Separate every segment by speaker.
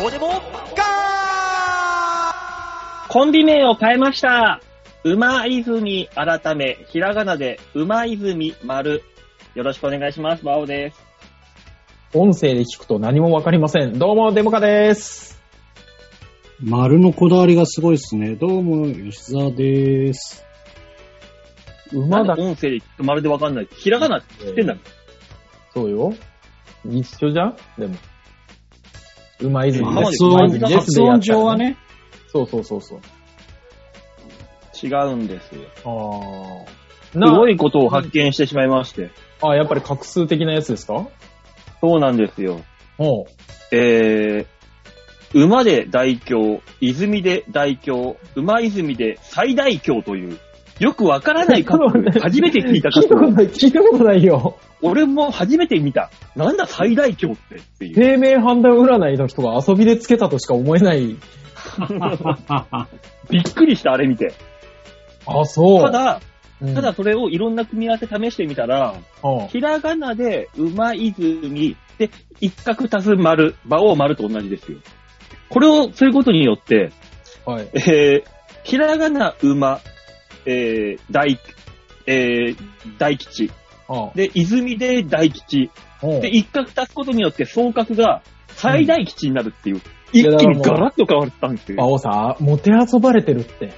Speaker 1: どうでもガ
Speaker 2: コンビ名を変えました。馬泉改め、ひらがなで馬泉丸。よろしくお願いします。バオです。
Speaker 3: 音声で聞くと何もわかりません。どうも、デモカです。
Speaker 4: 丸のこだわりがすごいですね。どうも、吉沢です。
Speaker 3: 馬
Speaker 2: な
Speaker 3: だ
Speaker 2: んで音声で聞くとまるでわかんない。ひらがなって言ってんだ。
Speaker 3: そうよ。一緒じゃんでも。馬泉
Speaker 2: まあ
Speaker 3: です。
Speaker 4: 発音、
Speaker 3: 馬泉です
Speaker 4: 発音上は。ね。
Speaker 3: そうそうそうそう。
Speaker 2: 違うんですよ。す
Speaker 3: あー。な
Speaker 2: ごいことを発見してしまいまして。
Speaker 3: あ、やっぱり画数的なやつですか
Speaker 2: そうなんですよ。
Speaker 3: おう。
Speaker 2: えー、馬で大凶、泉で大凶、馬泉で最大凶という、よくわからないカップル初めて聞いたカ
Speaker 3: 聞い
Speaker 2: ップ
Speaker 3: たこと
Speaker 2: ル
Speaker 3: ない、聞いたことないよ。
Speaker 2: 俺も初めて見た。なんだ最大凶ってっていう。
Speaker 3: 平命判断占いの人が遊びでつけたとしか思えない。
Speaker 2: びっくりした、あれ見て。
Speaker 3: あ、そう。
Speaker 2: ただ、
Speaker 3: うん、
Speaker 2: ただそれをいろんな組み合わせ試してみたら、
Speaker 3: うん、
Speaker 2: ひらがなで、馬泉、で、一角足す丸、馬王丸と同じですよ。これをすることによって、
Speaker 3: はい。
Speaker 2: えー、ひらがな、馬、えー、大、えー、大吉。
Speaker 3: あ
Speaker 2: で、泉で大吉。
Speaker 3: おう
Speaker 2: で、一角足すことによって、総角が最大吉になるっていう。
Speaker 3: い
Speaker 2: 一
Speaker 3: やだ
Speaker 2: 気
Speaker 3: からも
Speaker 2: に
Speaker 3: う
Speaker 2: ガラッと変わったんです
Speaker 3: 馬
Speaker 2: よ。
Speaker 3: 王さん、もてあそばれてるって。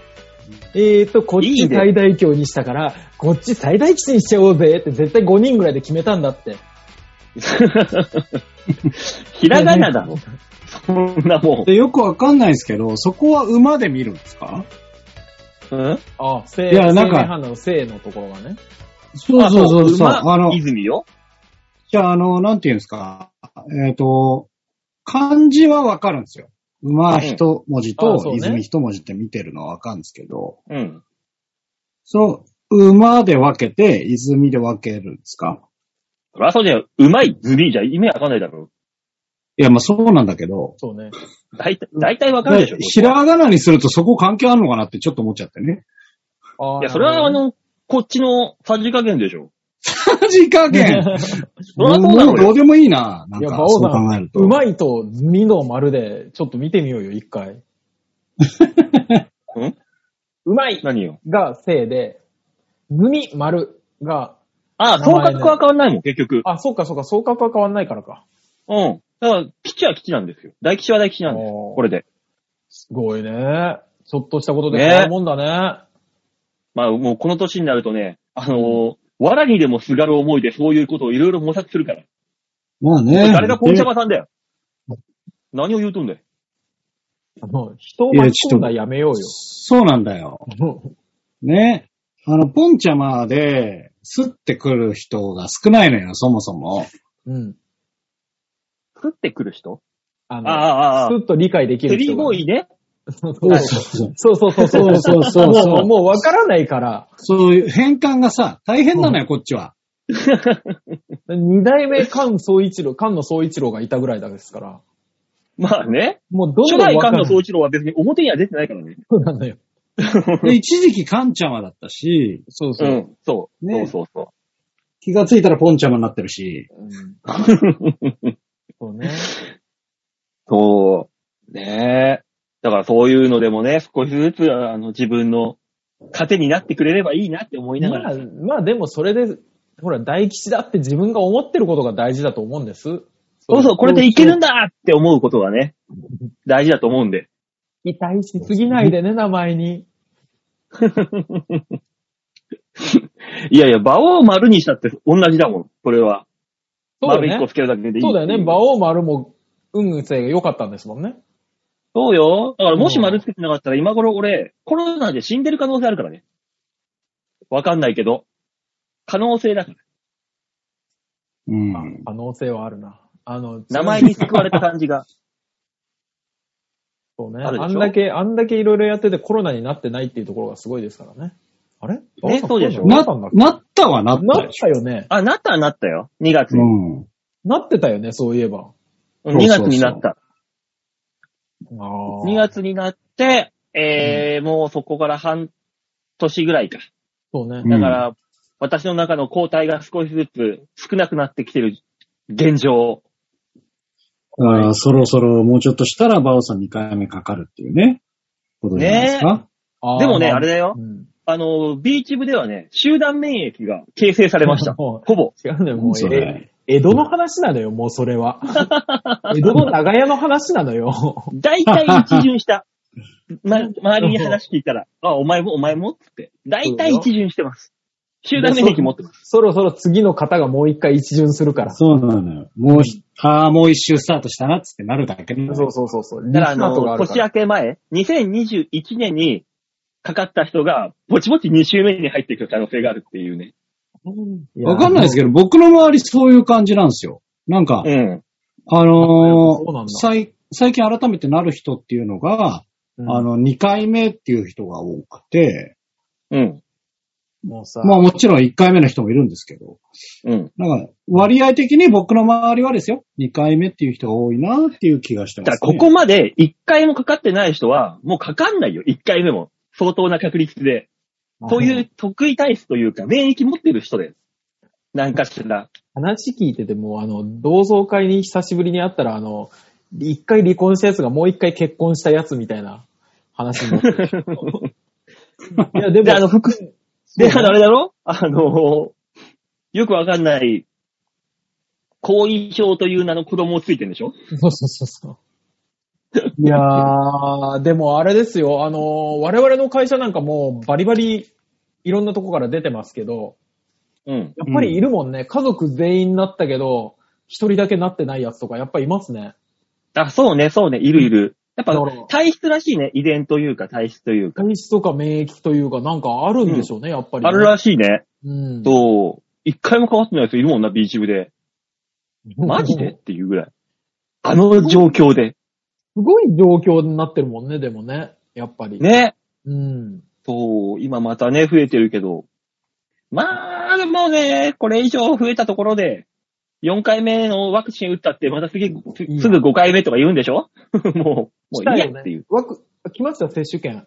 Speaker 3: えーと、こっ
Speaker 2: いい
Speaker 3: ち
Speaker 2: ね
Speaker 3: 最大強にしたから、こっち最大吉にしちゃおうぜって絶対5人ぐらいで決めたんだって。
Speaker 2: ひらがなだろ。そんなもん。
Speaker 4: でよくわかんないですけど、そこは馬で見るんですか
Speaker 2: うん
Speaker 3: ああ、性、
Speaker 4: いやな
Speaker 3: 生
Speaker 4: んか
Speaker 3: 命判断の性のところがね。
Speaker 4: そうそうそうそう。
Speaker 2: あ
Speaker 4: あ
Speaker 2: 馬
Speaker 4: の、
Speaker 2: 泉よ。
Speaker 4: じゃあ、あの、なんていうんですか。えっ、と、漢字はわかるんですよ。馬一文字
Speaker 3: うんあ
Speaker 4: と
Speaker 3: そうね
Speaker 4: 泉一文字って見てるのはわかるんですけど、
Speaker 2: うん。
Speaker 4: そう、馬で分けて、泉で分けるんですか
Speaker 2: そりゃそうじゃん。うまい、ずりじゃ意味わかんないだろ。
Speaker 4: いや、まあそうなんだけど、
Speaker 3: そうね。
Speaker 2: 大体、大体わかるでしょ。
Speaker 4: ひらがなにするとそこ関係あるのかなってちょっと思っちゃってね。
Speaker 3: ああ
Speaker 2: いや、それはあ、の、こっちのさじ加減でしょ。
Speaker 4: マジ加 減
Speaker 2: そりゃそうな
Speaker 4: もう
Speaker 2: の
Speaker 4: ど
Speaker 2: よ。
Speaker 4: うでもいいな。なん
Speaker 3: いや、
Speaker 4: か
Speaker 3: 馬、
Speaker 4: そ
Speaker 3: 王
Speaker 4: う
Speaker 3: さ
Speaker 4: 考え
Speaker 3: ん
Speaker 4: る、と。
Speaker 3: うまいと、みの丸で、ちょっと見てみようよ、一回。
Speaker 2: ん
Speaker 3: うまい
Speaker 2: 何よ。
Speaker 3: が性で、ずみ丸が、
Speaker 2: ああ、
Speaker 3: 名
Speaker 2: 総
Speaker 3: 前ね
Speaker 2: 格は変わんないもん、結局。
Speaker 3: あ、そうかそうか、総格は変わんないからか。
Speaker 2: うん。だから、吉は吉なんですよ。大吉は大吉なんです。
Speaker 3: おー
Speaker 2: これで。
Speaker 3: すごいね。ちょっとしたことで
Speaker 2: ね
Speaker 3: 変わるもんだね。
Speaker 2: まあ、もうこの年になるとね、あのー、わらにでもすがる思いでそういうことをいろいろ模索するから。
Speaker 4: まあね。
Speaker 2: 誰がポンチャマさんだよ。何を言うとんだよ。
Speaker 3: あの、人を巻き込んだらやめようよ
Speaker 4: で。そうなんだよ。ね。あの、ポンチャマで、スッてくる人が少ないのよ、そもそも。
Speaker 3: うん。
Speaker 2: 食ってくる人
Speaker 3: あ
Speaker 2: ああ、
Speaker 3: の、
Speaker 2: ああ、ああ。
Speaker 3: スッと理解でき
Speaker 2: セ
Speaker 3: る
Speaker 2: リ
Speaker 3: 人
Speaker 2: ーボ
Speaker 3: が
Speaker 2: ーイね。
Speaker 3: そう
Speaker 4: そう
Speaker 3: そ
Speaker 4: そう
Speaker 3: うそうそうそう。
Speaker 4: そうそ うそう
Speaker 3: もう、もうわからないから、
Speaker 4: そういう変換がさ、大変なのよ、こっちは。
Speaker 3: 二代目菅総一郎、菅野総一郎がいたぐらいだですから、
Speaker 2: まあね。
Speaker 3: もうどんど
Speaker 2: 初
Speaker 3: ん
Speaker 2: 代
Speaker 3: わか
Speaker 2: 菅
Speaker 3: んな
Speaker 2: 野
Speaker 3: い。
Speaker 2: 総一郎は別に表には出てないからね。
Speaker 3: そうなのよ。
Speaker 4: で一時期カンチャマだったし、
Speaker 3: そうそうう。
Speaker 2: ん。そう。
Speaker 4: ね
Speaker 2: そうそうそ
Speaker 4: 気がついたらポンチャマになってるし。
Speaker 3: うん
Speaker 2: う。
Speaker 3: そうね。
Speaker 2: そう。ねえ。だからそういうのでもね、少しずつ、あの、自分の糧になってくれればいいなって思いなが
Speaker 3: ま
Speaker 2: ら。
Speaker 3: あ、まあでもそれで、ほら、大吉だって自分が思ってることが大事だと思うんです。
Speaker 2: そうそう、これでいけるんだって思うことがね、大事だと思うんで。
Speaker 3: 期待しすぎないでね、名前に。
Speaker 2: いやいや、場を丸にしたって同じだもん、これは。
Speaker 3: そうだ
Speaker 2: 丸一
Speaker 3: よ
Speaker 2: 個
Speaker 3: ね。
Speaker 2: つけるだけでいい。
Speaker 3: そうだよね。馬。王丸も、運運性が良かったんですもんね。
Speaker 2: そうよ。だからもし丸つけてなかったら今頃俺、コロナで死んでる可能性あるからね。わかんないけど。可能性だから。
Speaker 4: うん。
Speaker 3: 可能性はあるな。あの、
Speaker 2: 名前に救われた感じ が。
Speaker 3: そうね。
Speaker 2: あるで
Speaker 3: あ
Speaker 2: しょ
Speaker 3: んだけ、あんだけいろいろやっててコロナになってないっていうところがすごいですからね。あれ
Speaker 2: ねそうでしょ
Speaker 3: な
Speaker 4: な
Speaker 3: ったんだっ、け
Speaker 4: なったはなっ
Speaker 3: な
Speaker 4: た
Speaker 3: っ
Speaker 4: でしょ。
Speaker 3: たよね。
Speaker 2: あ、なったはなったよ。2月
Speaker 4: う
Speaker 2: に。
Speaker 4: ん。
Speaker 3: なってたよね、そういえば。
Speaker 2: うん2月になった。
Speaker 3: ああ。
Speaker 2: 2。月になって、えーもうそこから半年ぐらいか。
Speaker 3: そうね。
Speaker 4: うん
Speaker 2: だから、私の中の抗体が少しずつ少なくなってきてる現状。
Speaker 4: あーそろそろもうちょっとしたら、バオさん2回目かかるっていうね、ことじゃないですか。
Speaker 3: あー
Speaker 2: でもね、あれ、だ
Speaker 3: ま
Speaker 2: よ。
Speaker 3: うん
Speaker 2: あの、ビーチ部ではね、集団免疫が形成されま した。
Speaker 3: も
Speaker 2: ほぼ。
Speaker 3: う違うんだよ、もう
Speaker 4: そ、
Speaker 3: え
Speaker 4: れ
Speaker 3: 江戸の話なのよ、もうそれ は。江戸の長屋の話なのよ。
Speaker 2: 大体一巡 した。ま、周りに話聞いたら、あ、お前も、お前もっつって。大体一巡してます。集団免疫持ってます。
Speaker 3: そろそろ次の方がもう一回一巡するから。
Speaker 4: そうなのよ。もうひ、ああ、もう一周スタートしたなっつってなるだけ
Speaker 3: そうそうそうそう。
Speaker 2: だから、あ
Speaker 3: リスタートが
Speaker 2: の、
Speaker 3: ある
Speaker 2: 年明け前、2021年にかかった人が、ぼちぼち2週目に入っていく可能性があるっていうね。
Speaker 3: や
Speaker 4: わかんないですけど、僕の周りそういう感じなんですよ。なんか、
Speaker 2: うん。
Speaker 4: あの
Speaker 3: そうなん
Speaker 4: ー
Speaker 3: だ
Speaker 4: 最、最近改めてなる人っていうのが、
Speaker 3: うん
Speaker 4: あの、2回目っていう人が多くて、
Speaker 2: うん。
Speaker 3: もうさ、
Speaker 4: まあもちろん1回目の人もいるんですけど、
Speaker 2: うん。
Speaker 4: なんか、割合的に僕の周りはですよ、2回目っていう人が多いなっていう気がして
Speaker 2: だ
Speaker 4: ま
Speaker 2: から、こ
Speaker 4: す、ね。
Speaker 2: こまで1回もかかってない人は、もうかかんないよ。1回目も。相当な確率で。こういう得意体質というか、免疫持ってる人です。なんかしら。
Speaker 3: 話聞いてても、あの、同窓会に久しぶりに会ったら、あの、一回離婚したやつがもう一回結婚したやつみたいな話になっ てるいや、でも、
Speaker 2: であの
Speaker 3: 服、
Speaker 2: で、あのあれだろ あの、よくわかんない、後遺症という名の子供をついてるんでしょ
Speaker 3: そうそうそうそう。いやー、でもあれですよ、あの、我々の会社なんかもうバリバリいろんなとこから出てますけど、
Speaker 2: うん。
Speaker 3: やっぱりいるもんね。家族全員なったけど、一人だけなってないやつとかやっぱいますね。
Speaker 2: あ、そうね、そうね、いるいる。やっぱ
Speaker 3: なるほど、
Speaker 2: 体質らしいね。遺伝というか、体質というか。
Speaker 3: 体質とか免疫というかなんかあるんでしょうね、やっぱり、ね。
Speaker 2: あるらしいね。
Speaker 3: うん。
Speaker 2: そう。一回も変わってない人いるもんな、ビーチ部で。マジでっていうぐらい。あの状況で。
Speaker 3: すごい状況になってるもんね、でもね。やっぱり。。
Speaker 2: ね。
Speaker 3: うん。
Speaker 2: そう、今またね、増えてるけど。まあ、もうね、これ以上増えたところで、4回目のワクチン打ったって、また次、
Speaker 3: いい
Speaker 2: す
Speaker 3: な
Speaker 2: すぐ5回目とか言うんでしょ もう、もういいやっていう。
Speaker 3: わく、来ました、接種券。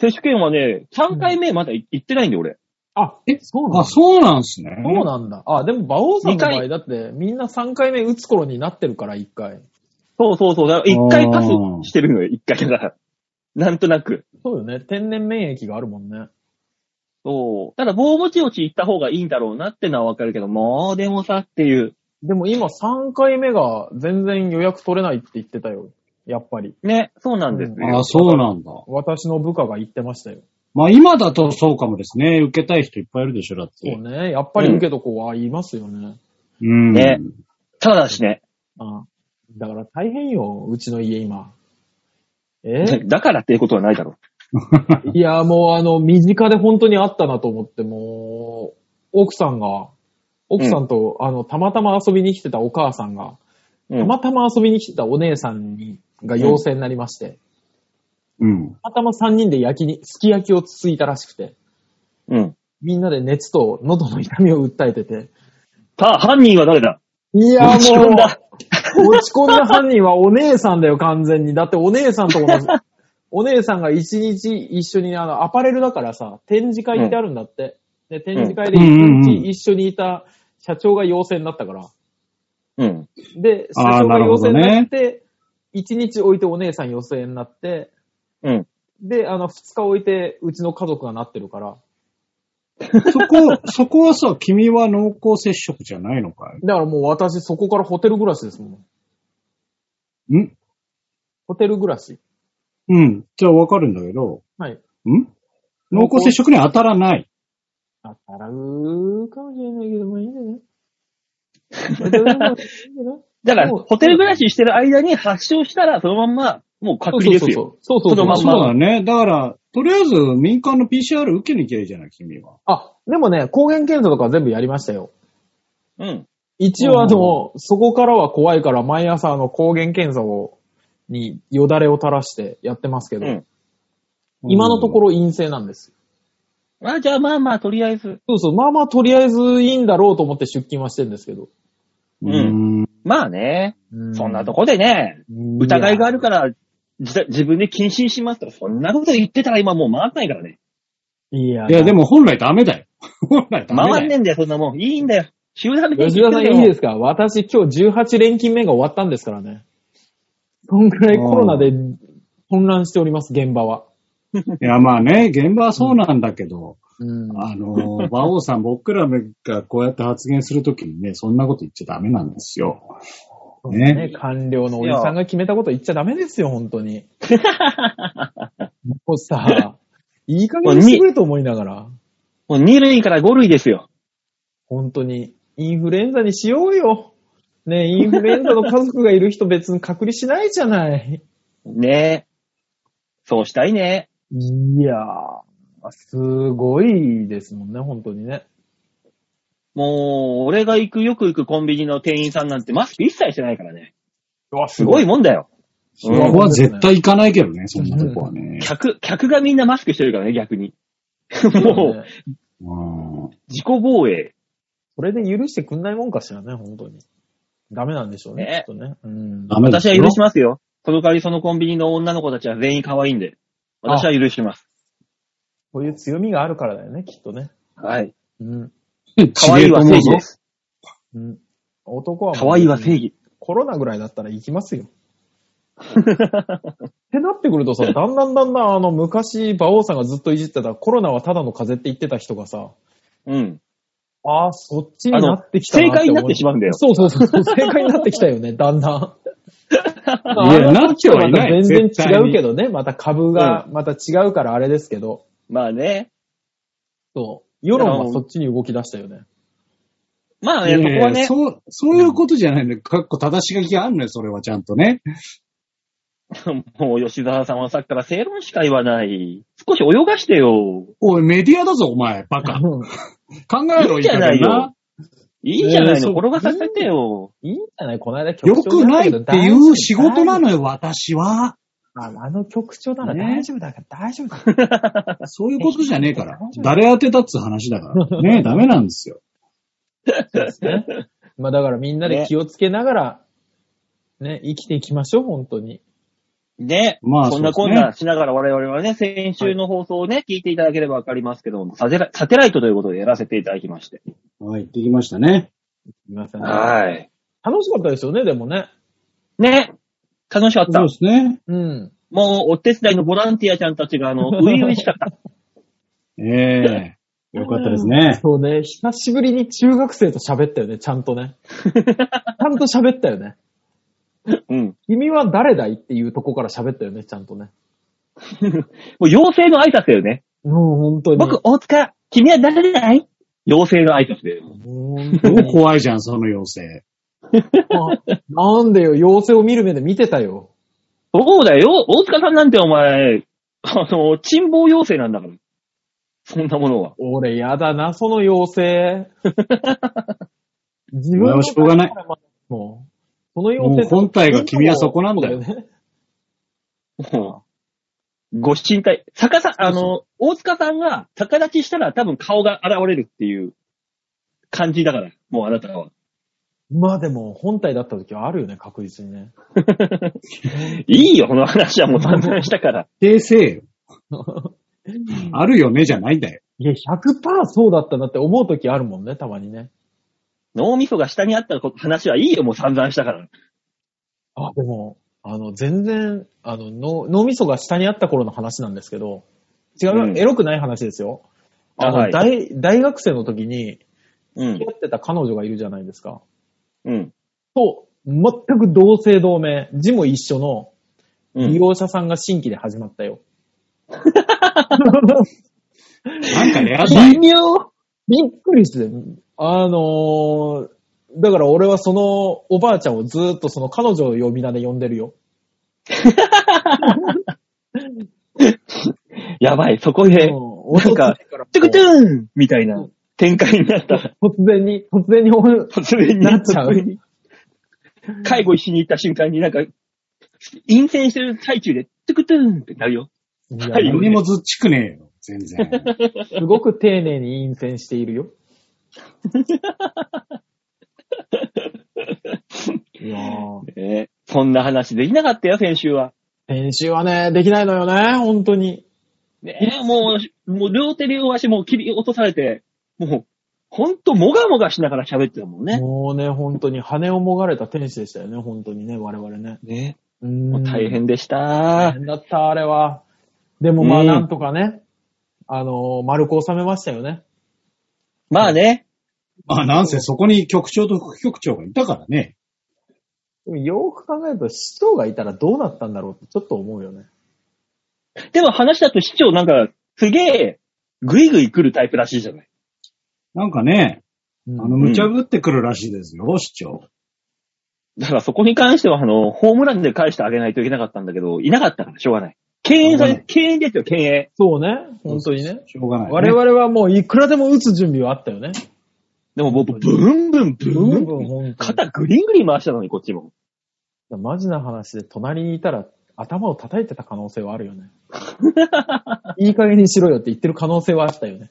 Speaker 2: 接種券はね、3回目まだい行ってないんだよ、俺。
Speaker 3: あ、え、そうなん
Speaker 4: あ、
Speaker 3: だ。
Speaker 4: そうなんですね。
Speaker 3: そうなんだ。あ、でも、馬王さんの場
Speaker 2: 二
Speaker 3: 合、
Speaker 2: 回
Speaker 3: だって、みんな3回目打つ頃になってるから、1回。
Speaker 2: そうそうそう。だから1回パス
Speaker 4: あー
Speaker 2: してるのよ、1回だから。なんとなく。
Speaker 3: そうよね。天然免疫があるもんね。
Speaker 2: そう。ただ、棒もちもち行った方がいいんだろうなってのはわかるけど、もう、でもさっていう。
Speaker 3: でも今、3回目が全然予約取れないって言ってたよ。やっぱり。
Speaker 2: ね、そうなんですよ。
Speaker 4: あ、そうなんだ。
Speaker 3: 私の部下が言ってましたよ。
Speaker 4: まあ今だとそうかもですね。受けたい人いっぱいいるでしょ、だっ
Speaker 3: そう
Speaker 4: て。
Speaker 3: ね。やっぱり受けとこはいますよね。
Speaker 4: うん。
Speaker 2: ねただしね、
Speaker 3: あだから大変よ、うちの家今。 え
Speaker 2: だからっていうことはないだろう。
Speaker 3: いや、もうあの、身近で本当にあったなと思って、もう、奥さんが、奥さんと、あの、たまたま遊びに来てたお母さんが、
Speaker 2: う
Speaker 3: た
Speaker 2: ん。
Speaker 3: またま遊びに来てたお姉さんに、が陽性になりまして、
Speaker 4: うん。
Speaker 3: たまたま3人で焼きに、すき焼きをつついたらしくて、
Speaker 2: うん。
Speaker 3: みんなで熱と喉の痛みを訴えてて、
Speaker 2: さあ、犯人は誰だ
Speaker 3: いや、もう
Speaker 2: 落、ち込んだ
Speaker 3: 落ち込んだ犯人はお姉さんだよ、完全に。だってお姉さんと同じ。お姉さんが一日一緒に、あの、アパレルだからさ、展示会ってあるんだって。で、展示会で一
Speaker 4: うん
Speaker 3: 日一緒にいた社長が陽性になったから。
Speaker 2: うん。
Speaker 3: で、社
Speaker 4: あー
Speaker 3: 長が陽性に
Speaker 4: な
Speaker 3: な
Speaker 4: る
Speaker 3: っ
Speaker 4: ほ
Speaker 3: て、一、日置いてお姉さん陽性になって、
Speaker 2: うん。
Speaker 3: で、あの、二日置いて、うちの家族がなってるから。
Speaker 4: そこ、 そこはさ、君は濃厚接触じゃないのか
Speaker 3: だからもう私、そこからホテル暮らしですもん。
Speaker 4: いん
Speaker 3: ホテル暮らし。
Speaker 4: うん。じゃあわかるんだけど、
Speaker 3: はい。
Speaker 4: ん濃厚接触に当たらない。
Speaker 3: 当たらうかもしれないけど、まあいいんじゃ ない当たらうかもしれないけど
Speaker 2: だから、
Speaker 3: そう
Speaker 2: ホテル暮らししてる間に発症したら、そのまんま、もう隔離ですよ。
Speaker 3: そうそうそうそう。そうそう
Speaker 2: そのまん
Speaker 4: そう
Speaker 2: ま
Speaker 4: だね。だから、とりあえず民間の PCR 受けに行きゃいいじゃない、君は。
Speaker 3: あ、でもね、抗原検査とか全部やりましたよ。
Speaker 2: うん。
Speaker 3: 一応あの、そこからは怖いから、毎朝あの、抗原検査を、によだれを垂らしてやってますけど、
Speaker 2: うん
Speaker 3: 今のところ陰性なんですよ。
Speaker 2: あ、じゃあまあまあ、とりあえず。
Speaker 3: そうそう、まあまあとりあえずいいんだろうと思って出勤はしてるんですけど。
Speaker 4: うん、
Speaker 2: まあね、そんなとこでね、疑
Speaker 3: 疑
Speaker 2: いがあるから、自自分で謹慎しますとか、そんなこと言ってたら今もう回んないからね。
Speaker 3: いや、
Speaker 4: いや、でも本来ダメだよ。本来ダメだよ。
Speaker 2: 回んねえんだよ、そんなもん。いいんだよ。集団的に
Speaker 3: 吉田さん
Speaker 2: 聞く。
Speaker 3: いいですすか私今日18連勤目が終わったんですからね。そんくらいコロナで混乱しております、現場は。
Speaker 4: いや、まあね、現場はそうなんだけど、
Speaker 3: うん。
Speaker 4: あの、馬王さん、僕らがこうやって発言するときにね、そんなこと言っちゃダメなんですよ。ね。
Speaker 3: ね、官僚のおじさんが決めたこと言っちゃダメですよ、本当 に。もうさ、いい加減にしてくれと思いながら、
Speaker 2: もう2類から5類ですよ。
Speaker 3: 本当に、インフルエンザにしようよ。ね、インフルエンザの家族がいる人別に隔離しないじゃない。
Speaker 2: ねえ。そうしたいね。
Speaker 3: いやー、すごいですもんね、本当にね。
Speaker 2: もう、俺が行く、よく行くコンビニの店員さんなんてマスク一切してないからね。
Speaker 3: わ、
Speaker 2: すごいもんだよ。
Speaker 4: そこは絶対行かないけどね、そんなとこはね。
Speaker 2: 客、客がみんなマスクしてるからね、逆に。もう、
Speaker 4: うん
Speaker 2: 自己防衛。
Speaker 3: それで許してくんないもんかしらね、本当に。ダメなんでしょうね
Speaker 2: ね、
Speaker 3: きっとね。うん。
Speaker 4: ダメで
Speaker 2: 私
Speaker 4: す
Speaker 2: は
Speaker 4: よ
Speaker 2: 許しますよ。その代わりそのコンビニの女の子たちは全員可愛いんで。私は許します。
Speaker 3: そういう強みがあるからだよね、きっとね。
Speaker 2: はい。
Speaker 3: うん。
Speaker 2: 可愛いは正義です。
Speaker 3: うん。男はもう
Speaker 2: 可愛いは正義。
Speaker 3: コロナぐらいだったら行きますよ。ってなってくる とさ、だんだんだんだんあの昔、馬王さんがずっといじってたコロナはただの風邪って言ってた人がさ、
Speaker 2: うん。
Speaker 3: ああ、そっちになってきたな
Speaker 2: 正解になってしまうんだよ。
Speaker 3: そうそうそうそう、正解になってきたよね、だん だん。
Speaker 4: いやなってはいない
Speaker 3: あの時はまた全然違うけ
Speaker 4: 絶
Speaker 3: どね、また株が、また違うからあれですけど、
Speaker 2: まあね。
Speaker 3: そう。世論はそっちに動き出したよね。
Speaker 2: まあ
Speaker 4: い
Speaker 2: ね、そ
Speaker 4: や
Speaker 2: こ
Speaker 4: い
Speaker 2: は
Speaker 4: や
Speaker 2: ね。
Speaker 4: そう、そういうことじゃないんだよ。かっこ正し書きがあるのよ、それはちゃんとね。
Speaker 2: もう吉沢さんはさっきから正論しか言わない。少し泳がしてよ。
Speaker 4: おい、メディアだぞ、お前、バカ。考え
Speaker 2: いい
Speaker 4: ろ、いい
Speaker 2: じゃ
Speaker 4: か
Speaker 2: ない
Speaker 4: げ
Speaker 2: よ
Speaker 4: んな。
Speaker 2: いいじゃないの。
Speaker 3: ねえ
Speaker 2: 転がさせてよ。
Speaker 3: いいんじゃないこの間
Speaker 4: よ
Speaker 3: 局長
Speaker 4: く
Speaker 3: になっ
Speaker 4: な
Speaker 3: たけ
Speaker 4: いっ
Speaker 3: ど
Speaker 4: ていう仕事な
Speaker 3: 大丈
Speaker 4: のよ、私は。
Speaker 3: 夫ああの局長なら
Speaker 4: ね
Speaker 3: 大丈夫だから、大丈夫だ。
Speaker 4: そういうことじゃねえから。誰当てたっつう話だから。ねえ、ダメなんですよ。
Speaker 3: そうですね。 まあだからみんなで気をつけながら、ね、生きていきましょう、本当に。
Speaker 2: ね。
Speaker 4: まあ
Speaker 2: そんな
Speaker 4: そ
Speaker 2: こ
Speaker 4: うんですね
Speaker 2: なしながら我々はね、先週の放送をね、聞いていただければわかりますけども、サテラサテライトということでやらせていただきまして。
Speaker 4: はい、行ってきましたね。
Speaker 3: すいませんね
Speaker 2: はい。
Speaker 3: 楽しかったですよね、でもね。
Speaker 2: ね。楽しかっ
Speaker 4: そ
Speaker 2: た
Speaker 4: うで。すね。
Speaker 3: うん。
Speaker 2: もう、お手伝いのボランティアちゃんたちが、 あの、初々しか った。
Speaker 4: ええよかったですね。
Speaker 3: そうね、久しぶりに中学生と喋ったよね、ちゃんと ね。ちゃんと喋ったよね。
Speaker 2: うん。も
Speaker 3: 君は誰だいっていうとこから喋ったよね、ちゃんとね。
Speaker 2: う、妖精の挨拶だよね。
Speaker 3: もう本当に。
Speaker 2: 僕、大塚、君は誰だい妖精の挨拶だよ。
Speaker 3: もう本当
Speaker 4: もう
Speaker 3: に。
Speaker 4: 怖いじゃん、その妖
Speaker 3: あ なんでよ、妖精を見る目で見てたよ。
Speaker 2: そうだよ。大塚さんなんてお前、あの、沈暴妖精なんだから。そんなものは。
Speaker 3: 俺、やだな、その 妖精。自
Speaker 4: お前はしょうがない
Speaker 3: もう、その
Speaker 4: 精。
Speaker 3: 妖
Speaker 4: も
Speaker 3: 精
Speaker 4: う本体が君はそこなんだよ。
Speaker 3: ね。
Speaker 2: もうご神体。逆さ、あの、大塚さんが逆立ちしたら多分顔が現れるっていう感じだから。もうあなたは。
Speaker 3: まあでも、本体だった時はあるよね、確実にね。
Speaker 2: いいよ、この話はもう散々したから。
Speaker 4: 訂正よ。あるよね、じゃないんだよ。
Speaker 3: いや、100%そうだったなって思う時あるもんね、たまにね。
Speaker 2: 脳みそが下にあったこと話はいいよ、もう散々したから。
Speaker 3: あ、でも、あの、全然、あの、の脳みそが下にあった頃の話なんですけど、違う、
Speaker 2: うん
Speaker 3: エロくない話ですよ。あの、
Speaker 2: あはい
Speaker 3: 大、大学生の時に、
Speaker 2: うん
Speaker 3: 付き合ってた彼女がいるじゃないですか。
Speaker 2: うん。
Speaker 3: と、全く同姓同名、字も一緒の
Speaker 2: う
Speaker 3: 利
Speaker 2: ん。
Speaker 3: 用者さんが新規で始まっ たよ。
Speaker 4: なんかね、あと
Speaker 3: 微妙びっくりして、あのーだから俺はそのおばあちゃんをずーっとその彼女を呼び名で呼んでるよ。
Speaker 2: やばい、そこで
Speaker 3: う、ん
Speaker 2: なんか、トゥクトゥーンみたいな展開になったら、
Speaker 3: 突然に、突然に、
Speaker 2: 突然に
Speaker 3: なっちゃう
Speaker 2: 突然に 介護しに行った瞬間になんか、陰線してる最中で、トゥクトゥーンってなるよ。
Speaker 3: いや
Speaker 2: はい
Speaker 4: 何にもずっちくねえよ、全然。
Speaker 3: すごく丁寧に陰線しているよ。いやー
Speaker 2: えーそんな話できなかったよ、先週は。
Speaker 3: 先週はね、できないのよね、本当に。
Speaker 2: ねえ、もう、もう両手両足もう切り落とされて、もう、ほんともがもがしながら喋ってたもんね。
Speaker 3: もうね、本当に羽をもがれた天使でしたよね、本当にね、我々ね。
Speaker 2: ね。
Speaker 3: うーん
Speaker 2: もう大変でし
Speaker 3: 大
Speaker 2: た。
Speaker 3: 変だった、あれは。でもまあ、
Speaker 2: うん
Speaker 3: なんとかね、あのー、丸く収めましたよね。
Speaker 2: まあね。
Speaker 4: まあなんせそこに局長と副局長がいたからね。
Speaker 3: でもよく考えると、市長がいたらどうなったんだろうってちょっと思うよね。
Speaker 2: でも話だと市長なんか、すげえ、ぐいぐい来るタイプらしいじゃない。
Speaker 4: なんかね、
Speaker 3: うん
Speaker 4: あの、無茶ぶってくるらしいですよ、市長。
Speaker 2: だからそこに関しては、あの、ホームランで返してあげないといけなかったんだけど、いなかったからしょうがない。敬遠され、敬遠ですよ、敬遠。
Speaker 3: そうね、本当にね。
Speaker 4: しょうがない、ね。
Speaker 3: 我々はもういくらでも打つ準備はあったよね。
Speaker 2: でも僕、ブンブン、ブ
Speaker 3: ブン
Speaker 2: ン
Speaker 3: ブ
Speaker 2: ブ
Speaker 3: ン
Speaker 2: ン。
Speaker 3: 本当に
Speaker 2: 肩グリングリン回したのに、こっちも。
Speaker 3: マジな話で隣にいたら頭を叩いてた可能性はある よね。いい加減にしろよって言ってる可能性はあったよね。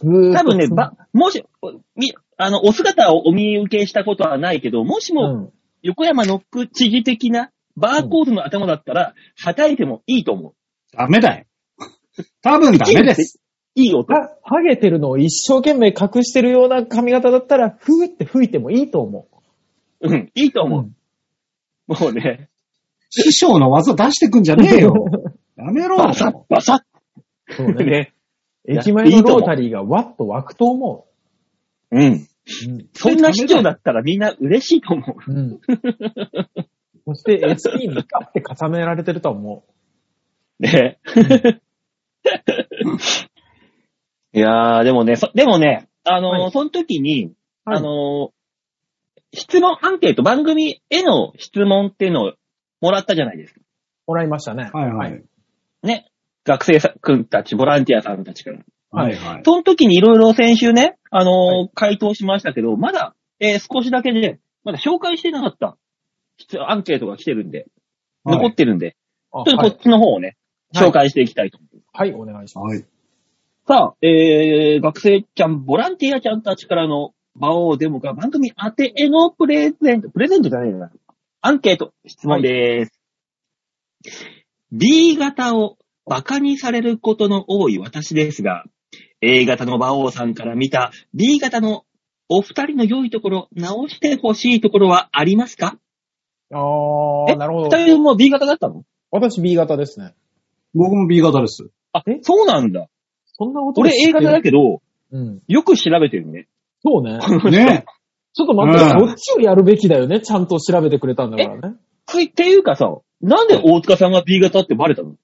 Speaker 3: 多
Speaker 2: 多分ね、ば、もし、み、あの、お姿をお見受けしたことはないけど、もし
Speaker 3: う
Speaker 2: も、
Speaker 3: ん、
Speaker 2: 横山ノック知事的な、バーコードの頭だったら、叩いてもいいと思う。
Speaker 4: ダメだよ。多分ダメ です。
Speaker 2: いい音。
Speaker 3: は、はげてるのを一生懸命隠してるような髪型だったら、ふーって吹いてもいいと思
Speaker 2: うん、いいと
Speaker 3: う。
Speaker 2: 思う。もうね、
Speaker 4: 師匠の技出してくんじゃねえ よ。やめろ。
Speaker 2: バサッ、バサ
Speaker 3: そう
Speaker 2: ッって
Speaker 3: ね。
Speaker 2: ね。
Speaker 3: 駅前のロータリーがわっと湧くと思
Speaker 2: うん。
Speaker 3: う。うん
Speaker 2: そんな市長だったらみんな嬉しいと思う。
Speaker 3: うん。そして SP にガって重ねられてると思
Speaker 2: ね。いやー、でもね、そでもね、あのー
Speaker 3: はい
Speaker 2: その時に、
Speaker 3: はい
Speaker 2: あのー質問、アンケート、番組への質問っていうのをもらったじゃないですか。
Speaker 3: う。もらいましたね。
Speaker 4: はいはい。。
Speaker 2: ね。学生さくんたち、ボランティアさんたちから。
Speaker 4: はいはい。
Speaker 2: その時にいろいろ先週ね、あのー回答しましたけど、まだ、えー少しだけで、まだ紹介してなかった、質アンケートが来てるんで、
Speaker 4: はい
Speaker 2: 残ってるんで、
Speaker 3: あ
Speaker 2: ちょっと
Speaker 3: は
Speaker 2: こ
Speaker 3: い
Speaker 2: っちの方をね、
Speaker 3: はい
Speaker 2: 紹介していきたいと思います。
Speaker 3: はい、お願いします。
Speaker 4: はい。
Speaker 2: さあ、えー、学生ちゃん、ボランティアちゃんたちからの場をデモが番組宛てへのプレゼント、プレゼントじゃないな。アンケート、質問でーす。B 型をバカにされることの多い私ですが、A 型の馬王さんから見た B 型のお二人の良いところ、直してほしいところはありますか
Speaker 3: あー、
Speaker 2: え
Speaker 3: なるほ
Speaker 2: 二
Speaker 3: ど。
Speaker 2: 人とも B 型だったの
Speaker 3: 私 B 型ですね。
Speaker 4: 僕も B 型です。
Speaker 2: あ
Speaker 3: え、
Speaker 2: そうなんだ。
Speaker 3: そんなこと
Speaker 2: 俺 A 型だけ
Speaker 3: け
Speaker 2: ど、
Speaker 3: うん。
Speaker 2: よく調べてるね。
Speaker 3: そうね。
Speaker 4: ね。
Speaker 3: ちょっと待って、
Speaker 4: うん
Speaker 3: どっちをやるべきだよね。ちゃんと調べてくれたんだからね。
Speaker 2: ついっていうかさ、なんで大塚さんが B 型ってバレたの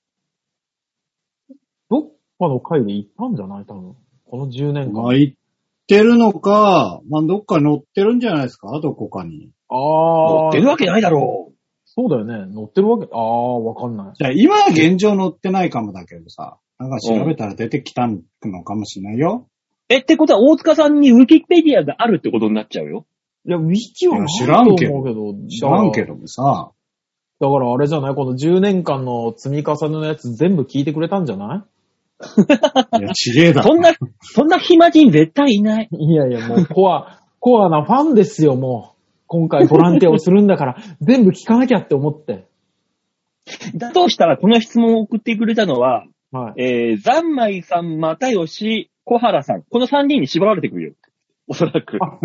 Speaker 3: どっかの回で行ったんじゃない多分。この10年
Speaker 4: まあ、
Speaker 3: 間。
Speaker 4: 言ってるのか、まあ、どっか乗ってるんじゃないですか、どこかに。
Speaker 2: 乗
Speaker 3: あ
Speaker 2: ってる
Speaker 3: ー、
Speaker 2: わけないだろ
Speaker 3: そうだよね。乗ってるわけ、あー、わかんない。
Speaker 4: じゃあ、今は現状乗ってないかもだけどさ、なんか調べたら出てきたのかもしれないよ。
Speaker 2: う。え、ってことは大塚さんにウィキペディアがあるってことになっちゃう よ。
Speaker 3: いや、ウィキはない
Speaker 4: や知らんけど
Speaker 3: と思うけど。
Speaker 4: 知らんけ
Speaker 3: だか
Speaker 4: どもさ、
Speaker 3: ら。だからあれじゃないこの10年間の積み重ねのやつ全部聞いてくれたんじゃない
Speaker 4: いや、ちげえだろ。
Speaker 2: そんな、そんな暇人絶対いない。
Speaker 3: いやいや、もうコア、コアなファンですよ、もう。今回ボランティアをするんだから、全部聞かなきゃって思って。
Speaker 2: だとしたらこの質問を送ってくれたのは、
Speaker 3: はい。
Speaker 2: えー、ざんまいさん、またよし、小原さん。この3人に縛られてくるよ。おそらく。
Speaker 3: あ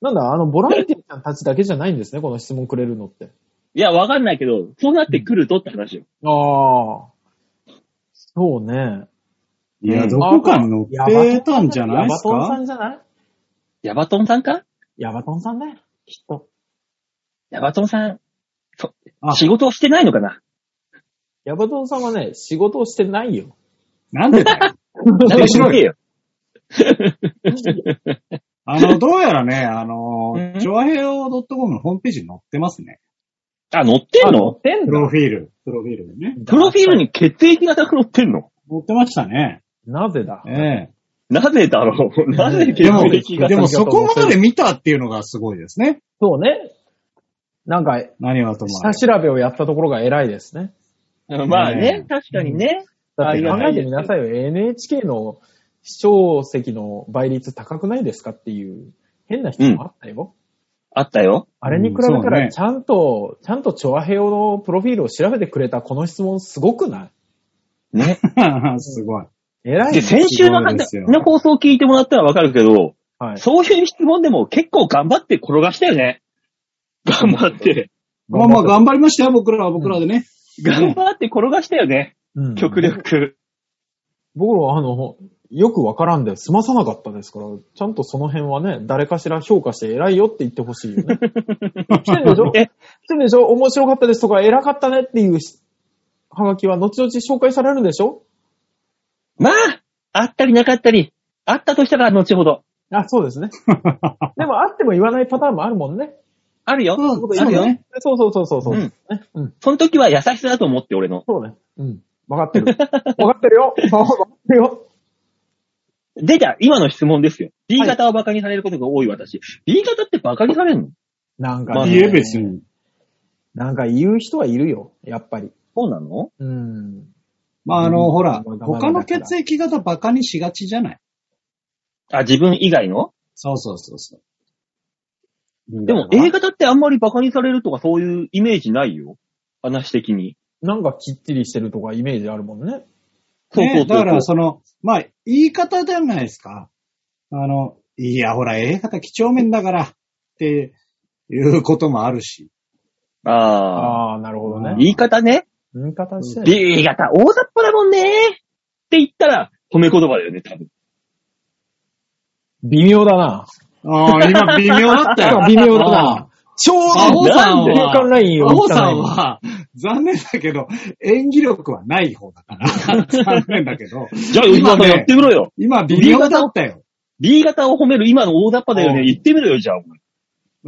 Speaker 3: なんだ、あの、ボランティアさんたちだけじゃないんですね、この質問くれるのって。
Speaker 2: いや、わかんないけど、そうなってくるとって話よ。
Speaker 3: ああ。そうね。
Speaker 4: いや、どこかに乗ってたんじゃないです
Speaker 3: ヤバトンさ
Speaker 4: か
Speaker 3: んじゃない
Speaker 2: ヤバトンさんか
Speaker 3: ヤバトンさんね。きっと。
Speaker 2: ヤバトンさん、そ
Speaker 4: あ
Speaker 2: 仕事をしてないのかな
Speaker 3: ヤバトンさんはね、仕事をしてない よ。
Speaker 4: なんでだよ。
Speaker 2: なんかしろよ。
Speaker 4: あの、どうやらね、あの
Speaker 2: うん、
Speaker 4: 調和平和 .com のホームページに載ってますね。
Speaker 2: あ、乗ってん
Speaker 3: 乗
Speaker 2: の
Speaker 3: ってん
Speaker 4: プロ
Speaker 3: の
Speaker 4: フィール。プロフィールでね。
Speaker 2: プロフィールに血液型が乗ってんの
Speaker 4: 載ってましたね。
Speaker 3: なぜだ
Speaker 4: ええ。
Speaker 2: なぜだろうなぜ
Speaker 4: で
Speaker 2: 血
Speaker 4: も、
Speaker 2: 液型
Speaker 4: でもそこまで見たっていうのがすごいですね。
Speaker 3: そうね。なんか、
Speaker 4: 何はともあ
Speaker 3: 下
Speaker 4: れ。
Speaker 3: 調べをやったところが偉いですね。
Speaker 2: まあね、確かにね。
Speaker 3: だっ
Speaker 2: あ
Speaker 3: て
Speaker 2: り
Speaker 3: 考
Speaker 2: がた
Speaker 3: え
Speaker 2: い
Speaker 3: て
Speaker 2: です
Speaker 3: みなさいよ。NHK の視聴席の倍率高くないですかっていう変な質問あったよ。
Speaker 2: あったよ。
Speaker 3: あれに比べ
Speaker 4: うん
Speaker 3: た
Speaker 4: そうね
Speaker 3: ら、ちゃんと、ちゃんとチョアヘオのプロフィールを調べてくれたこの質問すごくない
Speaker 2: ね。
Speaker 4: すごい。
Speaker 3: 偉い
Speaker 2: で、
Speaker 3: ね。
Speaker 2: 先週の
Speaker 4: そうですよ
Speaker 2: の放送聞いてもらったらわかるけど、
Speaker 3: はい。
Speaker 2: そういう質問でも結構頑張って転がしたよね。頑張って。
Speaker 4: まあまあ頑張りましたよ、僕らは僕らでね。
Speaker 2: 頑張って転がしたよね。
Speaker 3: うん
Speaker 2: 極力。
Speaker 3: 僕らはあの、よくわからんで済まさなかったですから、ちゃんとその辺はね、誰かしら評価して偉いよって言ってほしい よね。来てるでしょ
Speaker 2: え、
Speaker 3: 来てるでしょ面白かったですとか、偉かったねっていうしはがきは後々紹介されるでしょ
Speaker 2: まあ、あったりなかったり、あったとしたら後ほど。
Speaker 3: あ、そうですね。でもあっても言わないパターンもあるもんね。
Speaker 2: あるよ。
Speaker 4: そう
Speaker 2: あるよ。
Speaker 4: そうね
Speaker 3: そうそうそうそうそう、
Speaker 2: うん
Speaker 3: ねうん。
Speaker 2: その時は優しさだと思って、俺の。
Speaker 3: そうね。うん。わかってる。わかってるよ。 わかってるよ。
Speaker 2: で、じゃあ、今の質問ですよ。B
Speaker 3: はい
Speaker 2: 型をバカにされることが多い私。B 型ってバカにされるの
Speaker 3: なんか、
Speaker 2: まあ
Speaker 4: いいえ、別に。
Speaker 3: なんか言う人はいるよ。やっぱり。
Speaker 2: そうなの
Speaker 3: うん。
Speaker 4: まああ
Speaker 3: う
Speaker 4: の、
Speaker 3: ん
Speaker 4: ほら
Speaker 3: まあ、まあ
Speaker 4: 他の血液型バカにしがちじゃない。
Speaker 2: あ、自分以外の
Speaker 4: そうそうそうそう。
Speaker 2: でも A 型ってあんまりバカにされるとかそういうイメージないよ。話的に。
Speaker 3: なんかきっちりしてるとかイメージあるもんね。
Speaker 2: そうそうそう
Speaker 4: ね、だか
Speaker 2: そ
Speaker 4: ら、その、まあ、言い方じゃないですか。あの、いや、ほら、A 型几帳面だから、っていうこともあるし。
Speaker 2: うあ
Speaker 3: ああー、なるほど
Speaker 2: あ。
Speaker 3: ね。
Speaker 2: 言い方ね。
Speaker 3: 言い方して
Speaker 2: B 型大雑把だもんね。って言ったら褒め言葉だよね、多分。
Speaker 3: 微妙だな。
Speaker 4: ああ、 今微妙だったよ。
Speaker 3: 微妙だ
Speaker 4: あ
Speaker 3: な。ちょう
Speaker 4: あ
Speaker 3: ど
Speaker 4: 青さん
Speaker 2: なんで
Speaker 3: 中間
Speaker 4: は、
Speaker 3: ラインを
Speaker 4: 青
Speaker 3: 行った
Speaker 4: さ
Speaker 3: の
Speaker 4: ん
Speaker 3: に
Speaker 4: は、残念だけど、演技力はない方だから。 残念だけど、
Speaker 2: じゃあ、吉川さ
Speaker 4: 今
Speaker 2: ん
Speaker 4: ね
Speaker 2: やってみろよ。
Speaker 4: 今微妙だったよ。
Speaker 2: B 型を褒める今の大雑把だよ
Speaker 4: う
Speaker 2: ね。
Speaker 4: ん
Speaker 2: 言ってみろよ、じゃあ。お前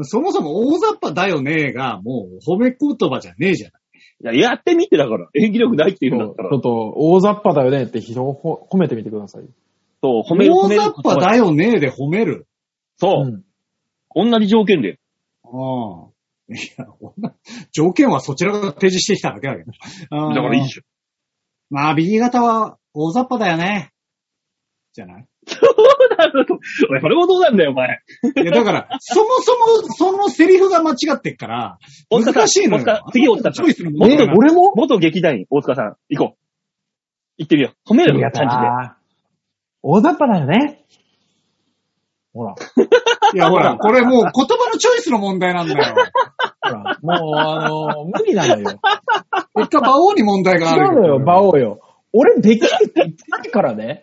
Speaker 4: そもそも大雑把だよねが、もう褒め言葉じゃねえじゃない。
Speaker 2: いややってみてだから。演技力ないっていうんだったら
Speaker 3: ちょ。っと大雑把だよねって人をほ褒めてみてください。
Speaker 2: そう、褒める。褒
Speaker 4: 大
Speaker 2: める
Speaker 4: 雑把だよねで褒める。
Speaker 2: そうう。
Speaker 3: ん
Speaker 2: 同じ条件で。
Speaker 4: ああ。いや、女条件はそちらが提示してきただけだけど。あ
Speaker 2: だ
Speaker 4: あ
Speaker 2: からいいじ
Speaker 4: まあ、B 型は大雑把だよね。じゃな
Speaker 2: ゃ
Speaker 4: い
Speaker 2: ん。おいそれもどうなんだよ、お前。
Speaker 4: いや、だから、そもそも、そのセリフが間違ってっから、
Speaker 2: 大塚さん
Speaker 4: 難しい
Speaker 2: 大
Speaker 4: のよ
Speaker 2: 塚。次大塚さ
Speaker 4: チ
Speaker 2: ん
Speaker 4: ョイスの問
Speaker 2: 元
Speaker 4: 題なの
Speaker 2: 俺も元劇団員、大塚さん、行こう。行ってみよう。褒めるよ、感じで。
Speaker 3: あー大雑把だよね。ほら、
Speaker 4: いや、ほら、これもう言葉のチョイスの問題なんだよ。
Speaker 3: ほら、もうあのー無理なのよ。
Speaker 4: 一回、馬王に問題があ
Speaker 3: 違
Speaker 4: る。
Speaker 3: うのよ、馬。王よ。俺できるって言ってないからね。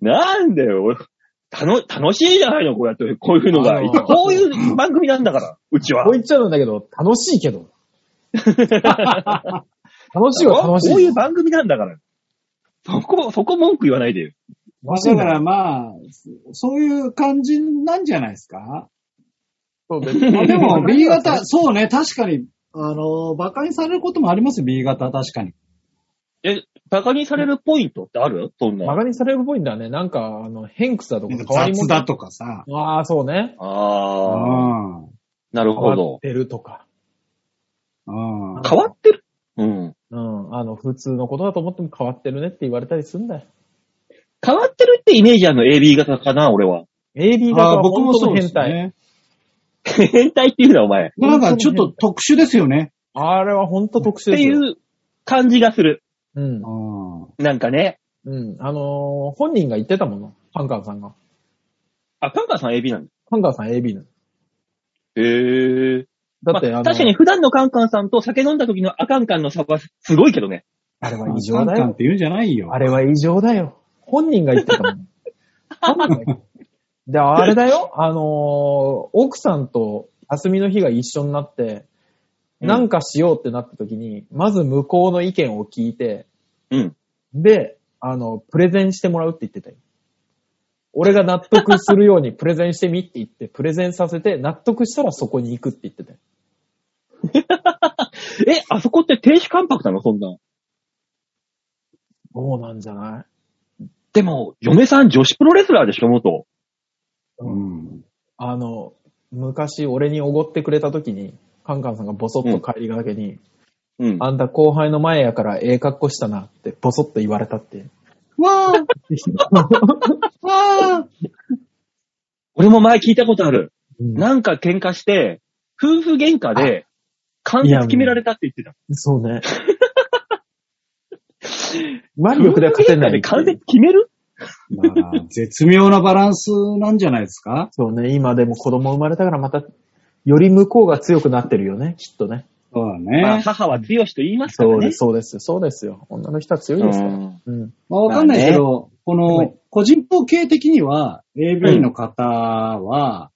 Speaker 2: なんだよ、俺。たの、楽しいじゃないの、こうやって。こういうのが
Speaker 3: あー。
Speaker 2: こういう番組なんだから、うちは
Speaker 3: こう。言っちゃうんだけど、楽しいけど。 楽しいは楽しい。
Speaker 2: こういう番組なんだから。そこ、そこ文句言わないでよ。
Speaker 4: まあ、だからまあ、そういう感じなんじゃないですか。
Speaker 3: そう別
Speaker 4: まあ
Speaker 3: に
Speaker 4: でも、B 型、そうね、確かに、あの、馬鹿にされることもありますよ、B 型、確かに。
Speaker 2: え、バカにされるポイントってあるそん
Speaker 3: 馬
Speaker 2: な。
Speaker 3: 鹿にされるポイントはね、なんか、あの、偏屈だとか変わり
Speaker 4: 雑
Speaker 3: 者
Speaker 4: だとかさ。
Speaker 3: ああ、そうね。
Speaker 4: う
Speaker 2: ああ、
Speaker 4: ん。
Speaker 2: なる
Speaker 3: 変
Speaker 2: ほ
Speaker 3: わ
Speaker 2: ど
Speaker 3: っ。てるとか。
Speaker 4: うん。
Speaker 2: 変わってるうん。
Speaker 3: うん。あの、普通のことだと思っても変わってるねって言われたりすんだよ。
Speaker 2: 変わってるってイメージあるの AB 型かな、俺は。
Speaker 3: AB 型
Speaker 4: あ
Speaker 3: は
Speaker 4: 僕も
Speaker 3: 本当
Speaker 4: そ
Speaker 3: の
Speaker 4: うです
Speaker 3: 変態。
Speaker 4: ね。
Speaker 2: 変態っていうな、お前。
Speaker 4: まあなんかちょっと特殊ですよね。
Speaker 3: あれは本当特殊
Speaker 2: って
Speaker 3: です
Speaker 2: い
Speaker 3: よ。
Speaker 2: う感じがする。
Speaker 3: うん。
Speaker 4: う
Speaker 2: なんかね。
Speaker 3: うん。あのー本人が言ってたもの。ハンカーさんが。
Speaker 2: あ、カンカンさん AB なんだ。
Speaker 3: ハンカーさん AB なの。
Speaker 2: へえ。
Speaker 3: だって、
Speaker 2: まあ、
Speaker 3: あの、
Speaker 2: 確かに普段のカンカンさんと酒飲んだ時のアカンカンの差はすごいけどね。
Speaker 3: あれは
Speaker 4: ん。
Speaker 3: 異常だ
Speaker 4: カンカンっ
Speaker 3: よ。
Speaker 4: て言うんじゃないよ。
Speaker 3: あれは異常だよ。本人が言ってたもの。本人が言ってたで、あれだよ。あのー奥さんと休みの日が一緒になって、
Speaker 2: うん
Speaker 3: なんかしようってなった時に、まず向こうの意見を聞いて、
Speaker 2: うん。
Speaker 3: で、あの、プレゼンしてもらうって言ってたよ。俺が納得するようにプレゼンしてみって言って、プレゼンさせて、納得したらそこに行くって言ってたよ。
Speaker 2: え、あそこって停止関白なのそんなん。
Speaker 3: そうなんじゃない
Speaker 2: でも、嫁さん女子プロレスラーでしょ、元。
Speaker 4: うん。
Speaker 3: あの、昔俺におごってくれた時に、カンカンさんがボソッと帰りがけに、
Speaker 2: うん。
Speaker 3: あんた後輩の前やからええ格好したなってボソッと言われたって。
Speaker 4: わーわー
Speaker 2: 俺も前聞いたことある。
Speaker 3: うん
Speaker 2: なんか喧嘩して、夫婦喧嘩で、関節決められたって言ってた。
Speaker 3: そうね。腕力では勝てない。
Speaker 2: で完全に決める
Speaker 4: だから絶妙なバランスなんじゃないですか
Speaker 3: そうね、今でも子供生まれたからまた、より向こうが強くなってるよね、きっとね。
Speaker 4: そうだ
Speaker 2: まあ
Speaker 4: ね。
Speaker 2: 母は強しと言いますか
Speaker 3: そ
Speaker 2: ら
Speaker 3: うで
Speaker 2: ね
Speaker 3: す、。そうです、そうですよ。女の人は強いですから。うん。
Speaker 4: まあ、わかんないけど、こ
Speaker 3: は
Speaker 4: の
Speaker 3: い、
Speaker 4: 個人統計的には、AV の方は、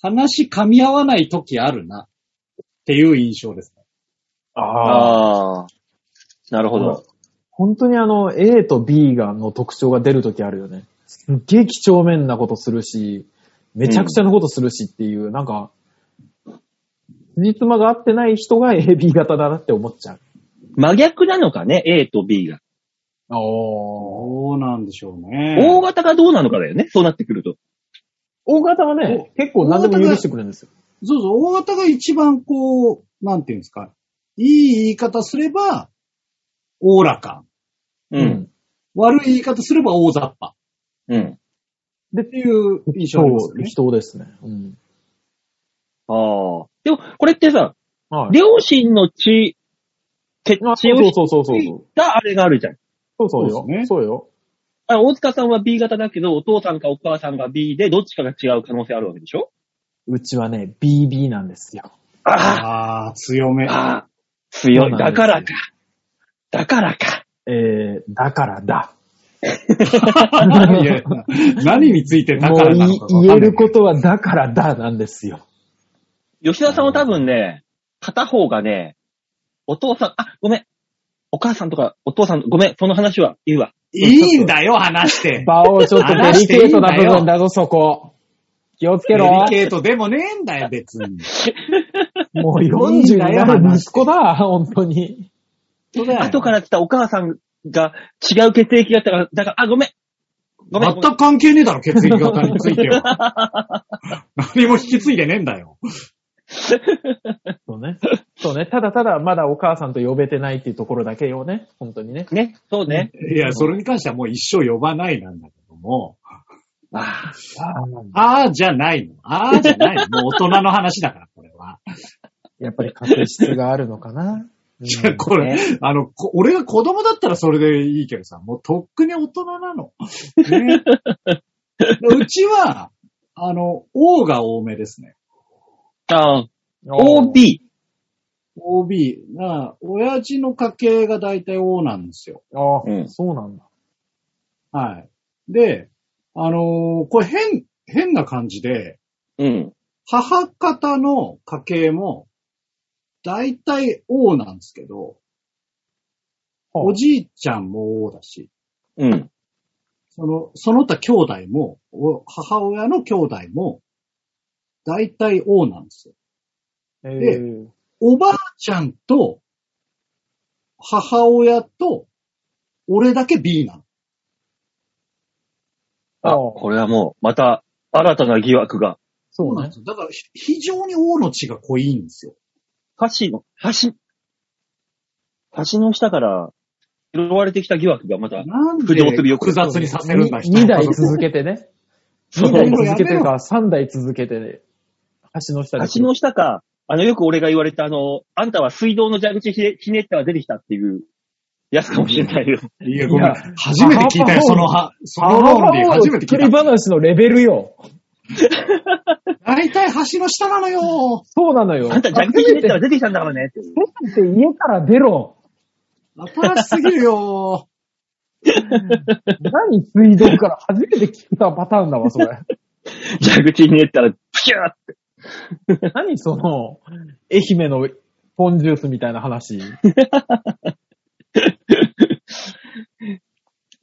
Speaker 4: 話噛み合わない時あるな、っていう印象です。
Speaker 3: ああ。
Speaker 2: ああ。なるほど。
Speaker 3: 本当にあの、A と B がの特徴が出るときあるよね。すっげえ几帳面なことするし、めちゃくちゃなことするしっていう、なんか、辻褄が合ってない人が AB 型だなって思っちゃう。
Speaker 2: 真逆なのかね、A と B が。
Speaker 3: ああ。
Speaker 4: そうなんでしょうね。
Speaker 2: 大型がどうなのかだよね、そうなってくると。
Speaker 3: 大型はね、結構何でも許してくれるんですよ。
Speaker 4: そうそう、大型が一番こう、なんていうんですか。いい言い方すれば、おおらか。
Speaker 2: う。。
Speaker 4: 悪い言い方すれば大雑把。
Speaker 2: うん。
Speaker 4: で、っていう印象です
Speaker 3: そう
Speaker 4: よね。
Speaker 3: 人ですね。うん。
Speaker 2: ああ。でも、これってさ、
Speaker 3: はい。
Speaker 2: 両親の血、血
Speaker 3: あ
Speaker 2: 血を引い
Speaker 3: そうそうそうそうそう。
Speaker 2: たあれがあるじゃん。
Speaker 3: そうそう
Speaker 4: そう
Speaker 3: よ。
Speaker 4: ですね
Speaker 3: そうよ。
Speaker 2: あ大塚さんは B 型だけど、お父さんかお母さんが B で、どっちかが違う可能性あるわけでしょ
Speaker 3: うちはね、BB なんですよ。
Speaker 2: あ
Speaker 4: ああ、強 め。
Speaker 2: ああ、強い。
Speaker 3: そうな
Speaker 2: だ
Speaker 3: んですよ
Speaker 2: からか。だからか。
Speaker 3: えー、だからだ。
Speaker 4: いや何についてだ
Speaker 3: も
Speaker 4: から
Speaker 3: う
Speaker 4: ないのかわかんな
Speaker 3: 言
Speaker 4: い
Speaker 3: えることはだからだなんですよ。
Speaker 2: 吉田さんは多分ね、片方がね、お父さん、あ、ごめん。お母さんとか、お父さん、ごめん、その話は言うわ。
Speaker 4: いいんだよ、話して。
Speaker 3: 場をちょっとデリケートな部分だぞ、そこ。気をつけ
Speaker 4: デ
Speaker 3: ろ。
Speaker 4: リケートでもねえんだよ、別に。
Speaker 3: もう
Speaker 4: いいんだよ。
Speaker 3: 47の息子だ、本当に。
Speaker 2: 後からら来たお母さんが違う血液だったから、だから、あ、ごめん。ごめん。ごめん
Speaker 4: 全く関係ねえだろ、血液型については。 何も引き継いでねえんだよ。
Speaker 3: そうね。そうね。ただただ、まだお母さんと呼べてないっていうところだけよね。本当にね。
Speaker 2: ね、そうね。
Speaker 4: いや、それに関してはもう一生呼ばないなんだけども。
Speaker 2: あ
Speaker 4: ああじゃないの。ああじゃないの。もう大人の話だから、これは。
Speaker 3: やっぱり確執があるのか な。うん
Speaker 4: いや、 これ、あの、こ俺が子供だったらそれでいいけどさ、もうとっくに大人な の。ね、うちは、あの、O が多めですね。
Speaker 2: あー、OB。
Speaker 4: OB が、親父の家系が大体 O なんですよ。
Speaker 3: ああ、
Speaker 2: うん
Speaker 3: そうなんだ。
Speaker 4: はい。で、あのーこれ変、変な感じで、
Speaker 2: うん。
Speaker 4: 母方の家系も、大体 O なんですけど、おじいちゃんも O だし、
Speaker 2: うん。
Speaker 4: その、その他兄弟も、お母親の兄弟も、大体 O なんですよ。
Speaker 3: えー、
Speaker 4: おばあちゃんと、母親と、俺だけ B なの。
Speaker 2: あ、
Speaker 3: あー
Speaker 2: これはもう、また、新たな疑惑が。
Speaker 3: そうね
Speaker 4: です。よ。だから、ひ非常に O の血が濃いんですよ。
Speaker 2: 橋の、橋、橋の下から拾われてきた疑惑がまた、
Speaker 4: なん
Speaker 2: 不
Speaker 4: で
Speaker 2: 良と美容
Speaker 4: 複雑にさせるんだ、人
Speaker 3: 2
Speaker 4: の
Speaker 3: 代
Speaker 4: 家族を
Speaker 3: 続けてね。
Speaker 2: そう
Speaker 3: 2代続けてるか、3代続けて、橋の下で。
Speaker 2: 橋の下か、あの、よく俺が言われたあの、あんたは水道の蛇口ひねひねったら出てきたっていう、やつかもしれないよ。
Speaker 4: いや、ごめ
Speaker 3: い
Speaker 4: ん
Speaker 3: や。
Speaker 4: 初めて聞いたよ、そのは、その論理、初めて聞
Speaker 3: 作り
Speaker 4: いた。
Speaker 3: 話のレベルよ。
Speaker 4: 大体橋の下なのよ。
Speaker 3: そうなのよ。
Speaker 2: あんた蛇口ひねったら出てきたんだからねって。
Speaker 3: せめて家から出ろ。
Speaker 4: 新しすぎるよ。
Speaker 3: 何水道から初めて聞いたパターンだわ、それ。
Speaker 2: 蛇口ひねったら、プシューって。
Speaker 3: 何その、愛媛のポンジュースみたいな話。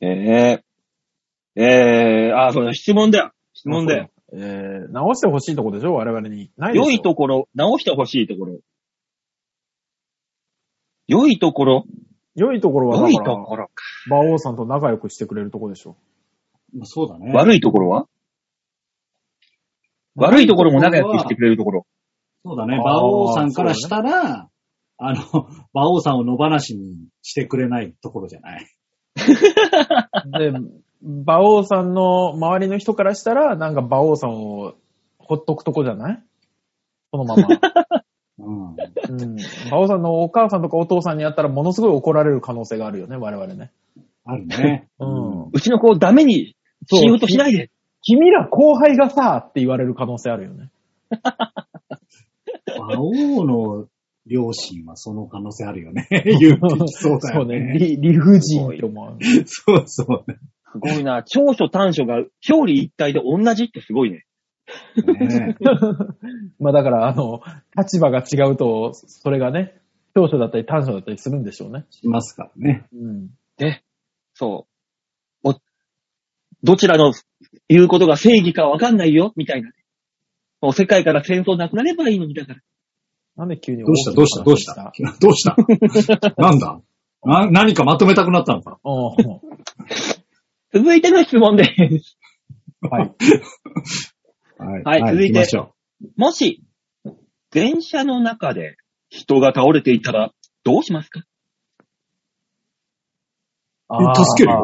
Speaker 2: ええええあ、そうだ、質問だよ。質問だよ。
Speaker 3: えー、直してほしいとこでしょ我々に。ないでしょ
Speaker 2: 良いところ、直してほしいところ。良いところ
Speaker 3: 良いところは
Speaker 2: 良
Speaker 3: だ
Speaker 2: い
Speaker 3: か
Speaker 2: と
Speaker 3: ら、
Speaker 2: ころか。
Speaker 3: 馬王さんと仲良くしてくれるとこでしょ
Speaker 4: まあそうだね。
Speaker 2: 悪いところは悪いところも仲良くしてくれるところ。
Speaker 4: そうだね。
Speaker 3: あー
Speaker 4: 馬王さんからしたら、あの、馬王さんを野放しにしてくれないところじゃない。
Speaker 3: で、馬王さんの周りの人からしたら、なんか馬王さんをほっとくとこじゃないそのまま。
Speaker 4: うん。
Speaker 3: うん。馬王さんのお母さんとかお父さんに会ったらものすごい怒られる可能性があるよね、我々ね。
Speaker 4: あるね。
Speaker 3: うん。
Speaker 2: うちの子をダメにしようとしないで。
Speaker 3: 君ら後輩がさ、って言われる可能性あるよね。
Speaker 4: 馬王の両親はその可能性あるよね。 言ってきそうだよね。
Speaker 3: 理理不尽って思う。
Speaker 4: そうそう
Speaker 2: すごいな。長所短所が表裏一体で同じってすごいね。
Speaker 4: ね。
Speaker 3: まあだから、あの、立場が違うと、それがね、長所だったり短所だったりするんでしょうね。
Speaker 4: しますからね。
Speaker 3: うん。
Speaker 2: で、そう。お、どちらの言うことが正義かわかんないよ、みたいな。もう世界から戦争なくなればいいのに、だから。
Speaker 3: なんで急に
Speaker 4: どうしたどうしたどうしたどうした なんだな何かまとめたくなったのか
Speaker 3: お
Speaker 2: 続いての質問です。
Speaker 3: はい。
Speaker 4: はい
Speaker 2: はい続いて
Speaker 4: 行きましょ
Speaker 2: もし、電車の中で人が倒れていたら、どうしますか
Speaker 3: あー
Speaker 4: 助ける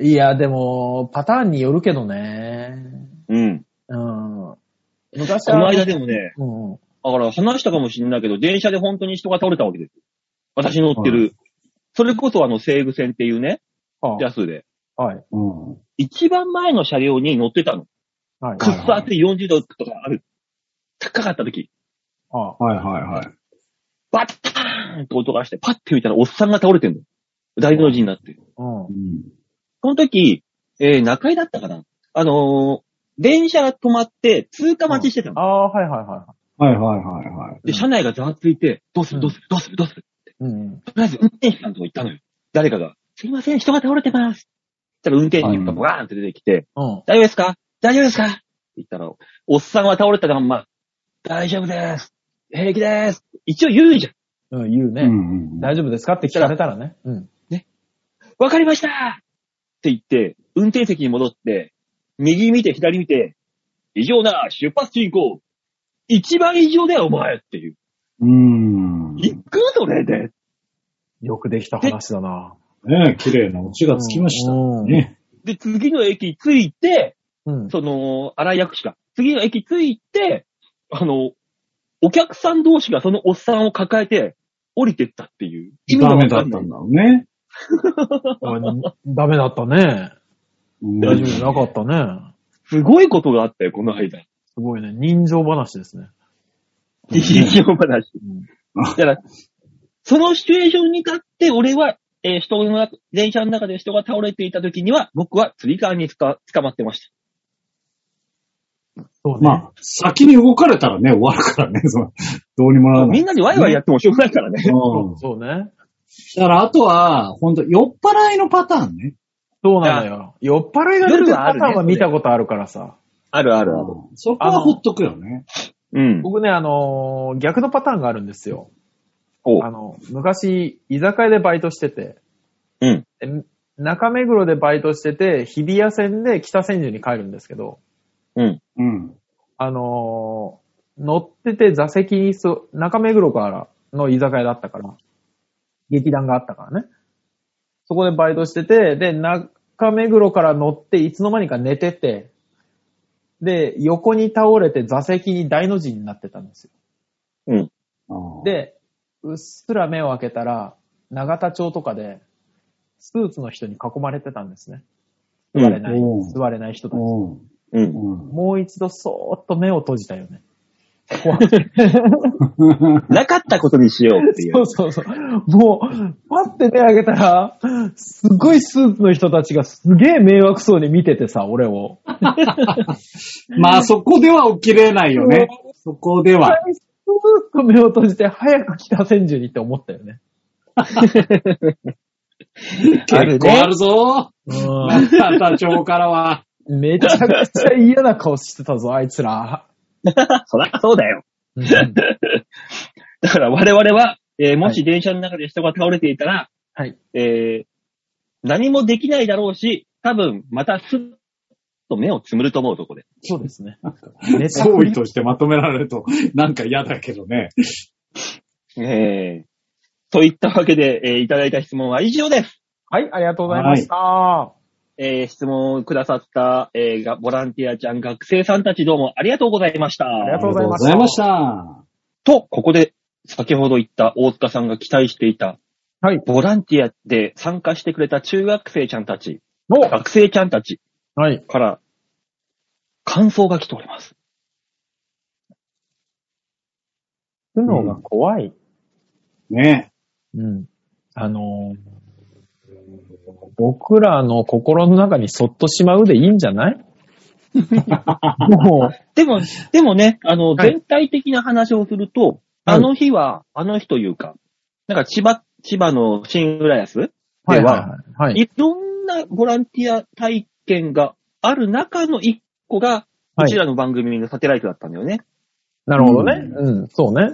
Speaker 3: いや、でも、パターンによるけどね。
Speaker 2: うん。
Speaker 3: うん。昔
Speaker 2: こ
Speaker 3: は。
Speaker 2: の間でもね、
Speaker 3: うんうん。
Speaker 2: だから話したかもしれないけど、電車で本当に人が倒れたわけです。私乗ってる。それこそあの西武線っていうね、
Speaker 3: あ
Speaker 2: ジャスで。
Speaker 3: はい。
Speaker 4: う。うん
Speaker 2: 一番前の車両に乗ってたの。
Speaker 3: はい。
Speaker 2: くっ
Speaker 4: か
Speaker 2: そ暑い40度とかある。高かった時、
Speaker 3: あ
Speaker 4: はいはいはい。
Speaker 2: バッターンって音がして、パッて見たらおっさんが倒れてんの。大の字になってる。
Speaker 3: うん
Speaker 4: う。ん
Speaker 2: その時、えー、中井だったかなあのー電車が止まって通過待ちしてたの。
Speaker 3: ああー、はいはいはいは
Speaker 4: はいはいはいはい。
Speaker 2: で、車内がざわついて、どうするどうするどうするどうする
Speaker 3: い。うん。
Speaker 2: とりあえず運転手さんのとこ行ったのよ。誰かが、すいません、人が倒れてます。そしたら運転手がブワーンって出てきて、
Speaker 3: うん。
Speaker 2: 大丈夫ですか大丈夫ですかって言ったら、おっさんは倒れたまんま、大丈夫です。平気です。一応言うじゃん。
Speaker 3: うん、言う
Speaker 4: うん
Speaker 3: ね。
Speaker 4: うん
Speaker 3: 大丈夫ですかって聞かれたらね。うん。
Speaker 2: わかりましたって言って、運転席に戻って、右見て左見て、異常な出発進行。一番異常だよ、お前っていう。
Speaker 4: うん。うん。
Speaker 2: 行くそれで。
Speaker 3: よくできた話だな。
Speaker 4: ね綺麗なオチがつきました。
Speaker 3: うん
Speaker 4: ね。
Speaker 2: で、次の駅着いて、
Speaker 3: うん。
Speaker 2: その、荒井薬師か。次の駅着いて、あの、お客さん同士がそのおっさんを抱えて、降りてったっていう。
Speaker 4: ダメだったんだ
Speaker 2: ん
Speaker 4: ろうね。
Speaker 3: あダメだったね。
Speaker 4: うん
Speaker 3: 大丈夫じゃなかったね。
Speaker 2: すごいことがあったよ、この間。
Speaker 3: すごいね。人情話ですね。
Speaker 2: 日常話。
Speaker 3: うん
Speaker 2: だから、そのシチュエーションに立って、俺は、えー人が、電車の中で人が倒れていた時には、僕は釣り革につか捕まってまし
Speaker 3: そうね。
Speaker 4: まあ、先に動かれたらね、終わるからね、その、どうにもな
Speaker 2: た。
Speaker 4: らない。
Speaker 2: みんなでワイワイやってもしょうがないからね。
Speaker 4: う
Speaker 3: そ
Speaker 4: ん
Speaker 3: うそうね。
Speaker 4: だから、あとは、ほんと、酔っ払いのパターンね。
Speaker 3: そうなのよ。酔っ払いが出て
Speaker 2: 夜
Speaker 3: る
Speaker 2: はあ
Speaker 3: パ
Speaker 2: るね
Speaker 3: ターンは見たことあるからさ。
Speaker 2: あるある。
Speaker 4: そこはほっとくよね。
Speaker 2: うん。
Speaker 3: 僕ね、あのー逆のパターンがあるんですよ。
Speaker 2: お
Speaker 3: あの、昔、居酒屋でバイトしてて、
Speaker 2: うん。
Speaker 3: え中目黒でバイトしてて、日比谷線で北千住に帰るんですけど、
Speaker 2: うん。
Speaker 4: うん。
Speaker 3: あのー乗ってて座席に座、中目黒からの居酒屋だったから、劇団があったからね。そこでバイトしてて、で、中目黒から乗って、いつの間にか寝てて、で、横に倒れて座席に大の字になってたんですよ。
Speaker 4: ああ、
Speaker 3: で、うっすら目を開けたら、永田町とかで、スーツの人に囲まれてたんですね。
Speaker 2: う
Speaker 3: 座れ
Speaker 2: ん。
Speaker 3: ない、
Speaker 4: うん
Speaker 3: 座れない人たち。
Speaker 4: うん。
Speaker 2: うん。
Speaker 4: うん。
Speaker 3: もう一度そーっと目を閉じたよね。怖くて
Speaker 2: なかったことにしようってい。
Speaker 3: そううそうそう。もう、パって手上げたら、すごいスーツの人たちがすげえ迷惑そうに見ててさ、俺を。
Speaker 4: まあ、そこでは起きれないよね。そこでは。
Speaker 3: すーっと目を閉じて、早く北千住にって思ったよね。
Speaker 2: あるね
Speaker 4: 結構あるぞ。
Speaker 3: う
Speaker 4: 中田町からは。
Speaker 3: ん。めちゃくちゃ嫌な顔してたぞ、あいつら。
Speaker 2: そらそうだよ。
Speaker 3: うん
Speaker 2: だから我々は、えーもし電車の中で人が倒れていたら、
Speaker 3: はい。
Speaker 2: えー何もできないだろうし、多分またすっと目をつむると思う、そこで。
Speaker 3: そうですね。ネタ
Speaker 4: 総
Speaker 3: 振
Speaker 4: 意
Speaker 3: り
Speaker 4: としてまとめられると、なんか嫌だけどね。
Speaker 2: えー、といったわけで、えーいただいた質問は以上です。
Speaker 3: はい、ありがとうございました。
Speaker 2: えー質問をくださった、えーが、ボランティアちゃん、学生さんたちどうもありがとうございました。
Speaker 3: りがとうございました
Speaker 4: ありがとうございました。
Speaker 2: と、ここで、先ほど言った大塚さんが期待していた、
Speaker 3: はい
Speaker 2: ボランティアで参加してくれた中学生ちゃんたち、
Speaker 3: お
Speaker 2: 学生ちゃんたち
Speaker 3: はい。
Speaker 2: から、感想が来ております。
Speaker 3: 苦悩が怖い。
Speaker 4: ね
Speaker 3: うん。あのー僕らの心の中にそっとしまうでいいんじゃないも
Speaker 2: でも、でもね、あの、
Speaker 3: はい
Speaker 2: 全体的な話をすると、あの日は、あの日というか、なんか千葉、千葉の新浦安
Speaker 3: う、
Speaker 2: では、
Speaker 3: はい、はい。
Speaker 2: いろんなボランティア体験がある中の一個が、
Speaker 3: は
Speaker 2: こ
Speaker 3: い
Speaker 2: ちらの番組のサテライトだったんだよね。
Speaker 3: なるほどね。
Speaker 4: う
Speaker 3: うん、そうね。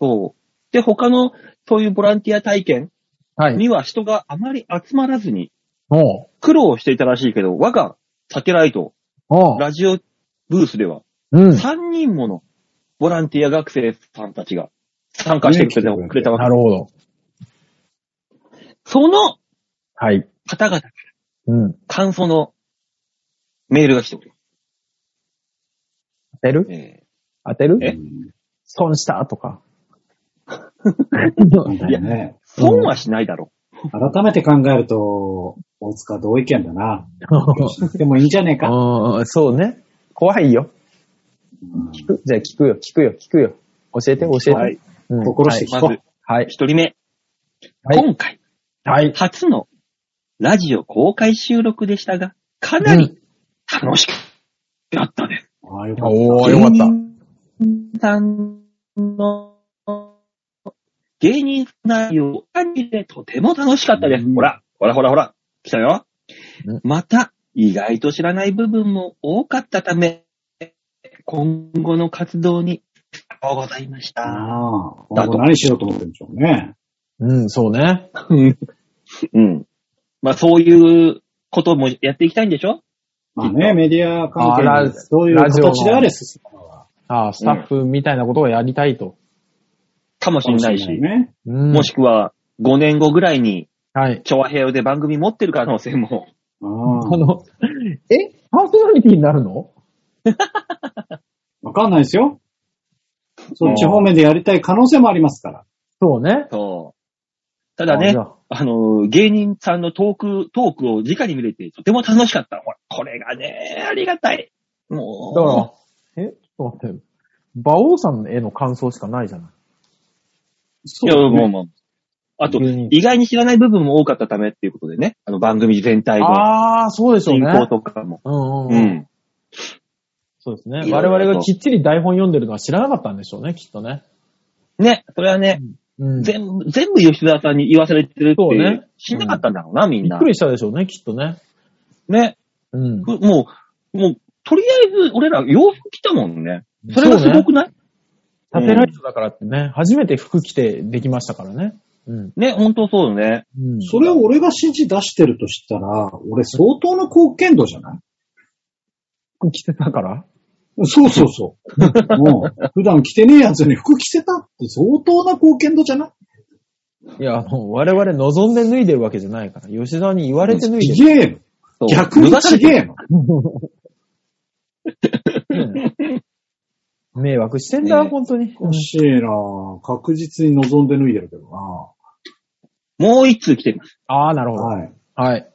Speaker 2: そう。で、他のそういうボランティア体験
Speaker 3: はい。
Speaker 2: には人があまり集まらずに
Speaker 3: おう
Speaker 2: 苦労していたらしいけど、我がサテライト、
Speaker 3: おう
Speaker 2: ラジオブースでは、
Speaker 3: うん。
Speaker 2: 3人ものボランティア学生さんたちが参加してくれた,、
Speaker 4: ね
Speaker 2: くれたわけ
Speaker 3: な。るほど。
Speaker 2: その
Speaker 3: はい。
Speaker 2: 方々、
Speaker 3: うん。
Speaker 2: 感想のメールが来ておりま
Speaker 3: 当てる
Speaker 2: す。え
Speaker 3: 当てる
Speaker 4: え。
Speaker 2: え
Speaker 3: 損したとか。
Speaker 4: なんかね、
Speaker 2: ー損はしないだろ
Speaker 4: 改めて考えると、大塚同意見だな。
Speaker 3: う
Speaker 4: でもいいんじゃねえか。
Speaker 3: ん、 そうね。怖いよ。
Speaker 4: うん
Speaker 3: 聞くじゃあ聞くよ、聞くよ、聞くよ。教えて、教えて。
Speaker 2: う。はい。
Speaker 3: うん
Speaker 4: 心して
Speaker 2: ま
Speaker 4: 聞こ
Speaker 2: ず、
Speaker 3: はい。
Speaker 2: 一人目。
Speaker 3: はい。
Speaker 2: 今回、
Speaker 3: はい。
Speaker 2: 初のラジオ公開収録でしたが、かなり楽しくなったです。
Speaker 4: う。ああ、よかっ
Speaker 3: おー、よかった。
Speaker 2: 芸人さんの、芸人さんの内容を感じてとても楽しかったです。
Speaker 4: うん。
Speaker 2: ほら、ほらほらほら、来たよ
Speaker 3: うん。
Speaker 2: また、意外と知らない部分も多かったため、今後の活動に、ありがとうございましたた。
Speaker 4: ああ、
Speaker 2: だ
Speaker 4: 今
Speaker 2: と
Speaker 4: 後何しようと思ってるんでしょうね。
Speaker 3: うん、そうね。
Speaker 2: うん。まあ、そういうこともやっていきたいんでしょ
Speaker 4: まあね、メディア関
Speaker 3: あラ
Speaker 4: 係に、そういう
Speaker 3: ラジオの
Speaker 4: 形であれ進むのは。
Speaker 3: ああ、スタッフみたいなことをやりたいと。
Speaker 2: かもしれないし、
Speaker 4: ね。
Speaker 3: うん。
Speaker 2: もしくは5年後ぐらいに、
Speaker 3: はい。
Speaker 2: 調和平和で番組持ってる可能性も。
Speaker 4: あ
Speaker 3: あ
Speaker 4: あ
Speaker 3: の、えパーソナリティになるの
Speaker 4: わかんないですよ。そっち方面でやりたい可能性もありますから。
Speaker 3: そうね。
Speaker 2: そう。た
Speaker 3: た
Speaker 2: だね
Speaker 3: じゃ、あ
Speaker 2: あの、芸人さんのトーク、トークを直に見れて、とても楽しかった。ほらこれがね、ありがたい。
Speaker 3: だか
Speaker 2: も
Speaker 3: ら、えちょっと待って。馬王さんの絵の感想しかないじゃない。
Speaker 2: う、
Speaker 4: そ
Speaker 2: いや、
Speaker 4: だね
Speaker 2: もう、もう。あと、
Speaker 3: 芸人
Speaker 2: 意外に知らない部分も多かったためっていうことでね、あの番組全体の
Speaker 3: ああ、そうでしょう
Speaker 2: 進
Speaker 3: ね。
Speaker 2: 行とかも。
Speaker 3: うんうん
Speaker 2: う
Speaker 3: うん。
Speaker 2: ん。
Speaker 3: そうですね。
Speaker 2: いろい
Speaker 3: 我
Speaker 2: ろと
Speaker 3: 々がきっちり台本読んでるのは知らなかったんでしょうね、きっとね。
Speaker 2: ね、それはね、
Speaker 3: うん。びっ
Speaker 2: 全部、全部吉沢さんに言わされてるって
Speaker 3: そうね
Speaker 2: 知んなかったんだろうな、みんな
Speaker 3: く。りしたでしょうね、きっとね。
Speaker 2: ね。
Speaker 3: うん。
Speaker 2: ふもう、もう、とりあえず、俺ら洋服着たもんね。それがすごくない
Speaker 3: サテライトだからってね、初めて服着てできましたからね。うん。
Speaker 2: ね、本当そうよね。
Speaker 3: うん、
Speaker 4: それを俺が指示出してるとしたら、俺相当の貢献度じゃない
Speaker 3: 服着てたから
Speaker 4: そうそうそう。もう普段着てねえやつに服着せたって相当な貢献度じゃない
Speaker 3: いや、もう我々望んで脱いでるわけじゃないから、吉沢に言われて脱い
Speaker 4: ち
Speaker 3: でる。
Speaker 4: げえの。
Speaker 2: そう
Speaker 4: 逆
Speaker 2: 脱
Speaker 4: に
Speaker 2: がさ
Speaker 4: ち
Speaker 2: れて
Speaker 4: げえの。
Speaker 3: うん迷惑してんだ、
Speaker 2: ね
Speaker 3: 本当に。
Speaker 4: おかしいなぁ確実に望んで脱いでるけどな
Speaker 2: もう一通来てます。
Speaker 3: ああ、なるほど。
Speaker 4: はい。
Speaker 3: はい。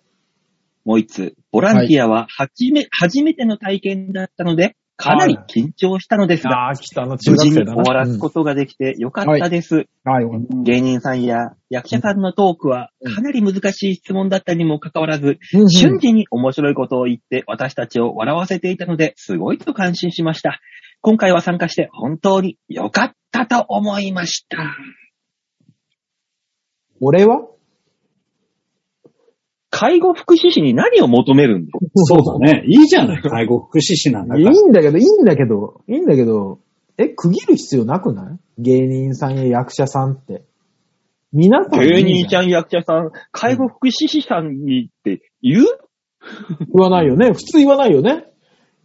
Speaker 2: もう一通。ボランティアは、はじめ、初めての体験だったので、かなり緊張したのですが、
Speaker 3: ああ、きっとあの中
Speaker 2: 無事
Speaker 3: 学
Speaker 2: に
Speaker 3: 生
Speaker 2: 終
Speaker 3: だな。
Speaker 2: わらす
Speaker 3: こ
Speaker 2: ことができてよかったです。
Speaker 3: はい。
Speaker 2: 芸人さんや役者さんのトークは、かなり難しい質問だったにもかかわらず、
Speaker 3: うん
Speaker 2: 瞬時に面白いことを言って私たちを笑わせていたので、すごいと感心しました。今回は参加して本当に良かったと思いました。
Speaker 3: 俺は
Speaker 2: 介護福祉士に何を求めるんだ
Speaker 4: そうだね。いいじゃない。介護福祉士なんだ
Speaker 3: い
Speaker 4: から。
Speaker 3: いんだけど、いいんだけど、いいんだけど、え、区切る必要なくない芸人さんや役者さんって。皆さんいいじゃ
Speaker 2: 芸
Speaker 3: ん。
Speaker 2: 人ちゃん、役者さん、介護福祉士さんにって言う
Speaker 3: 言わないよね。普通言わないよね。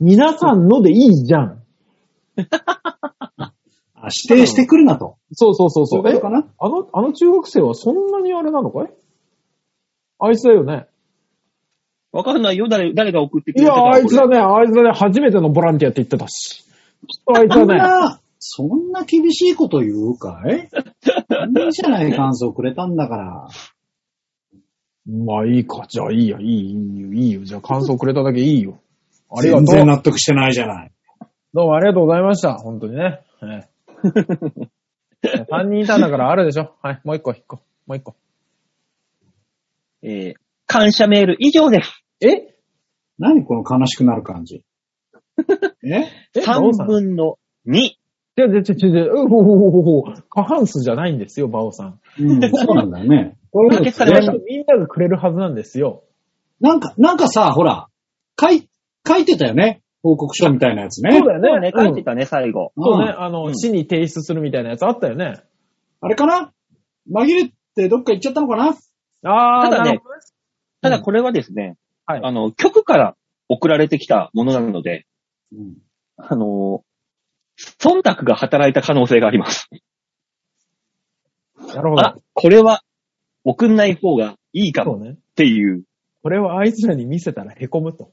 Speaker 3: 皆さんのでいいじゃん。
Speaker 4: あ指定してくるなと。
Speaker 3: そうそうそうそ
Speaker 4: そ
Speaker 3: う。
Speaker 4: いううこと
Speaker 3: え
Speaker 4: かな
Speaker 3: あの、あの中学生はそんなにあれなのかいあいつだよね。
Speaker 2: わかんないよ、誰、誰が送ってく
Speaker 3: い
Speaker 2: れて
Speaker 3: や、
Speaker 2: たの
Speaker 3: あいつだね、あいつだね、初めてのボランティアって言ってたし。きっとあいつ
Speaker 4: そん
Speaker 3: だね。
Speaker 4: な、そんな厳しいこと言うかいいいじゃない、感想くれたんだから。
Speaker 3: まあいいか。じゃあいいや、いい、いいよ、いいよ。じゃあ感想くれただけいいよ。ありがとう。
Speaker 4: 全然納得してないじゃない。
Speaker 3: どうもありがとうございました。本当にね。ええ3人いたんだからあるでしょ。はい、もう一個、一個、もう一個。
Speaker 2: えー感謝メール以上です。
Speaker 3: え
Speaker 4: 何この悲しくなる感じ。え
Speaker 3: え
Speaker 2: 3分の2。
Speaker 3: じゃじゃじゃじゃ、うほほほほほ。過半数じゃないんですよ、バオさん。
Speaker 4: うん、そうなんだよね。
Speaker 3: こ
Speaker 2: れ
Speaker 3: み
Speaker 2: 決済されました
Speaker 3: んながくれるはずなんですよ。
Speaker 4: なんか、なんかさ、ほら、書い、書いてたよね。報告書みたいなやつね。
Speaker 3: そうだよね。
Speaker 2: そうね、
Speaker 3: うん
Speaker 2: 書いてたね、最後。
Speaker 4: うん
Speaker 3: そうね、あの、
Speaker 2: うん
Speaker 3: 市に提出するみたいなやつあったよね。
Speaker 4: あれかな紛れてどっか行っちゃったのかな
Speaker 3: あ
Speaker 2: た
Speaker 3: ー、
Speaker 2: だね
Speaker 3: なるほど
Speaker 2: ただこれはですね、
Speaker 3: はい
Speaker 2: あの、局から送られてきたものなので、
Speaker 4: うん。
Speaker 2: あのー忖度が働いた可能性があります。
Speaker 3: なるほ
Speaker 2: あ
Speaker 3: ど。、
Speaker 2: これは送んない方がいいか
Speaker 3: そ
Speaker 2: も
Speaker 3: うね。
Speaker 2: っていう。
Speaker 3: これをあいつらに見せたら凹むと。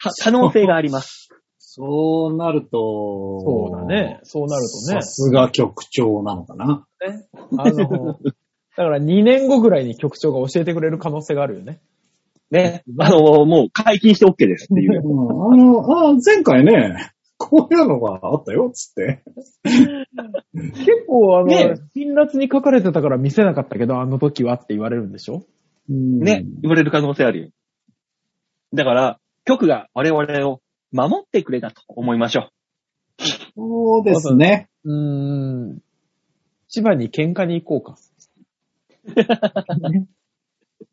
Speaker 2: は可能性があります。
Speaker 4: そうなると、
Speaker 3: そうだね。。そうなるとね
Speaker 4: さ。すが局長なのかな。
Speaker 3: あの、だから2年後ぐらいに局長が教えてくれる可能性があるよね。
Speaker 2: ね。あの、もう解禁して OK ですっていう。
Speaker 4: うん、あの、あ前回ね、こういうのがあったよ、つって。
Speaker 3: 結構あの、
Speaker 2: ね
Speaker 3: 辛辣に書かれてたから見せなかったけど、あの時はって言われるんでしょ
Speaker 2: ね
Speaker 4: ね。、
Speaker 2: 言われる可能性あるよ。だから、局が我々を守ってくれたと思いましょ
Speaker 4: そうですね。
Speaker 3: うーん。千葉に喧嘩に行こうか。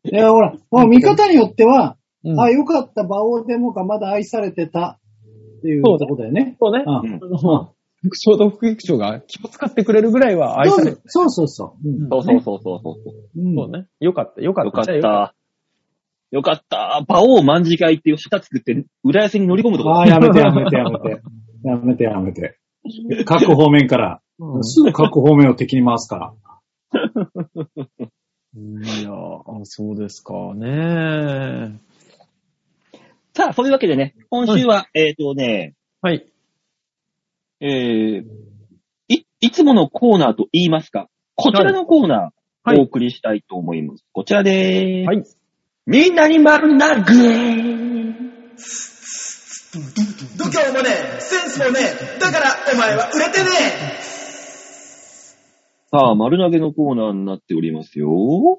Speaker 4: いや、ほら、まあ見方によっては、
Speaker 3: うん
Speaker 4: あ、良かった、馬王デモがまだ愛されてたっていう
Speaker 3: そう
Speaker 4: と
Speaker 3: だ
Speaker 4: こだよね。
Speaker 3: そうね。
Speaker 4: あ
Speaker 2: うん
Speaker 3: あの副長と副局長が気を使ってくれるぐらいは愛される。
Speaker 4: そうそうそう。
Speaker 2: う。そうそうそうそうそう。
Speaker 4: うん
Speaker 3: そうね。よかった、よかった。
Speaker 2: よかっ
Speaker 3: じゃあよ
Speaker 2: た。よかった。馬王万事会っていう旗作って、裏痩せに乗り込むとこ
Speaker 4: ああ、やめてやめてや めて。やめてやめて。各方面から。
Speaker 3: うん
Speaker 4: すぐ各方面を敵に回すから。
Speaker 3: いやーあそうですかね。
Speaker 2: さあ、そういうわけでね、今週は、えっ、とね、
Speaker 3: はい。
Speaker 2: えー、い、いつものコーナーと言いますか、こちらのコーナ
Speaker 3: は
Speaker 2: ー、
Speaker 3: い
Speaker 2: お送りしたいと思います。こちらでーす。
Speaker 3: はい。
Speaker 2: みんなに丸投げ
Speaker 1: 度胸もねえ、センスもねえ、だからお前は売れてねえ
Speaker 2: さあ、丸投げのコーナーになっておりますよ。
Speaker 4: は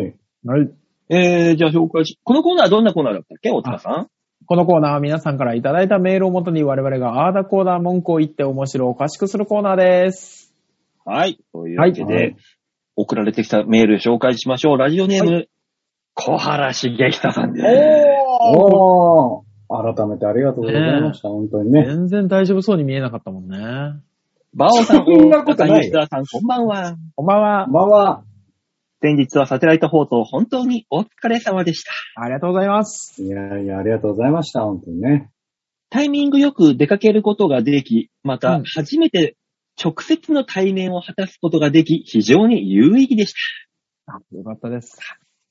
Speaker 4: い。
Speaker 3: はい。
Speaker 2: えー、じゃあ紹介し、このコーナーはどんなコーナーだったっけ大塚さん
Speaker 3: このコーナーは皆さんからいただいたメールをもとに我々がアーダコーナー文句を言って面白おかしくするコーナーです。
Speaker 2: はい。というわけで、
Speaker 4: はい
Speaker 2: 送られてきたメール紹介しましょう。ラジオネーム、小原茂久さんです。
Speaker 4: おー改めてありがとうございました、本当にね。
Speaker 3: 全然大丈夫そうに見えなかったもんね。
Speaker 2: バオさん、
Speaker 4: そんなことない
Speaker 2: 吉沢さん、こんばんは。
Speaker 3: こんばんは。
Speaker 4: まあは、
Speaker 2: 先日はサテライト放送、本当にお疲れ様でした。
Speaker 3: ありがとうございます。
Speaker 4: いやいや、ありがとうございました、本当にね。
Speaker 2: タイミングよく出かけることができ、ま
Speaker 3: う
Speaker 2: た
Speaker 3: ん
Speaker 2: 初めて直接の対面を果たすことができ、非常に有意義でし
Speaker 3: あよかったです。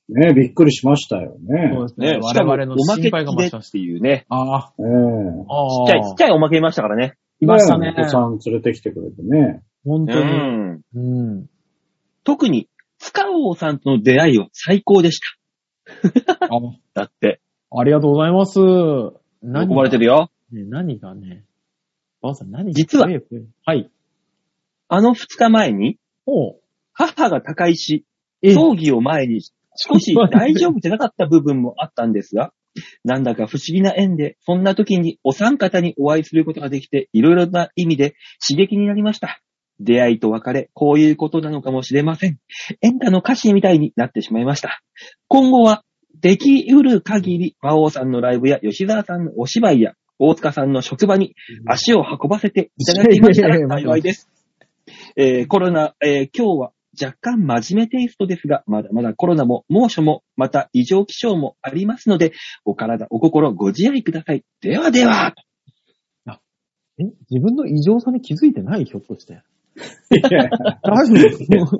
Speaker 4: ねびっくりしましたよね。
Speaker 3: そうです
Speaker 2: た。ね、
Speaker 3: ね。我々の
Speaker 2: しかもおまけ
Speaker 3: 心配が増し
Speaker 2: 付
Speaker 3: ま
Speaker 2: き
Speaker 3: し
Speaker 2: でっていうね。
Speaker 3: た。ああ。あ
Speaker 4: ええ
Speaker 2: ち
Speaker 3: あ。
Speaker 2: っちゃい、ちっちゃいおまけいましたからね。
Speaker 3: いましたね
Speaker 4: お子さん連れてきてくれてね。
Speaker 3: 本当
Speaker 2: う
Speaker 3: に。
Speaker 2: ん。
Speaker 3: うん。
Speaker 2: 特に、スカオさんとの出会いは最高でし
Speaker 3: あ
Speaker 2: た。だって、
Speaker 3: ありがとうございます。何
Speaker 2: 喜ばれてるよ。
Speaker 3: ね、何がね、ばあさん何が
Speaker 2: 実は
Speaker 3: 声声はい。
Speaker 2: あの二日前に、
Speaker 3: おう。
Speaker 2: 母が他界し、
Speaker 3: え
Speaker 2: 葬儀を前に少 し大丈夫じゃなかった部分もあったんですが、なんだか不思議な縁で、そんな時にお三方にお会いすることができて、いろいろな意味で刺激になりました。出会いと別れ、こういうことなのかもしれません。演歌の歌詞みたいになってしまいました。今後は、できうる限り、馬王さんのライブや吉沢さんのお芝居や、大塚さんの職場に足を運ばせていただきましたら幸いです。えーコロナ、えー今日は若干真面目テイストですが、まだまだコロナも猛暑も、また異常気象もありますので、お体、お心ご自愛ください。ではでは、
Speaker 3: え自分の異常さに気づいてないひょっとして。
Speaker 4: いや
Speaker 3: 大丈夫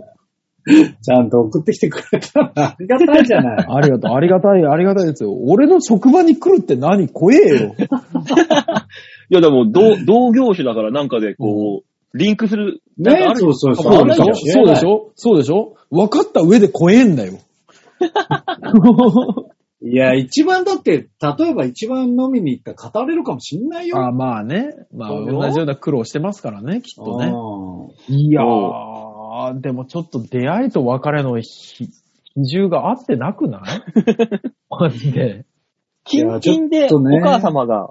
Speaker 4: ちゃんと送ってきてくれた らありがたいじゃない。
Speaker 3: ありがとう、ありがたい、ありがたいですよ。俺の職場に来るって何怖えよ。
Speaker 2: いや、でも、同、同業種だからなんかで、こう、リンクする。な
Speaker 4: ね
Speaker 2: んかある
Speaker 4: そうそうそう
Speaker 2: か
Speaker 3: そ
Speaker 2: も
Speaker 3: うで
Speaker 2: わ
Speaker 3: し
Speaker 2: かん
Speaker 3: ょ
Speaker 2: ない
Speaker 4: しれ
Speaker 3: そう
Speaker 4: ない
Speaker 3: でしょそうでしょ分かった上で怖えんだよ。
Speaker 4: いや、一番だって、例えば一番飲みに行ったら語れるかもしんないよ。
Speaker 3: あまあね。まあ
Speaker 4: そうよ
Speaker 3: 同じような苦労してますからね、きっとね。
Speaker 4: うん
Speaker 3: いや
Speaker 2: そ
Speaker 3: ー、でもちょっと出会いと別れの比比重が合ってなくない マジで。
Speaker 2: キンキン
Speaker 4: い
Speaker 2: で
Speaker 4: やちょ
Speaker 2: お
Speaker 4: っとね
Speaker 2: 母様が
Speaker 3: っ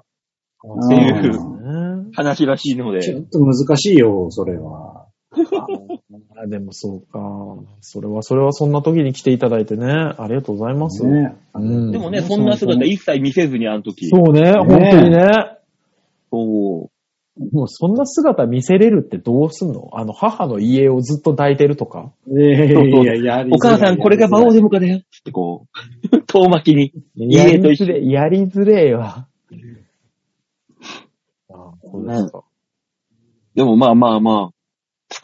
Speaker 2: っていう
Speaker 4: うん
Speaker 2: 話らしいの
Speaker 4: ちょ
Speaker 2: で
Speaker 4: っ、と難しいよ、それは。
Speaker 3: あでもそうか。それは、それはそんな時に来ていただいてね。ありがとうございます。
Speaker 4: ね
Speaker 3: うん、
Speaker 2: でもね、そんな姿一切見せずに、あの時。
Speaker 3: そうね、本当にね。
Speaker 2: そう。
Speaker 3: もうそんな姿見せれるってどうすんのあの、母の家をずっと抱いてるとか。
Speaker 4: いやいやいや、やりづらい
Speaker 2: お母さん、これが魔王デモカだよ。つってこう、遠巻きに。家と一緒
Speaker 3: やりづれえ、やりづれえわ。ああそうですか。
Speaker 2: でもまあまあまあ、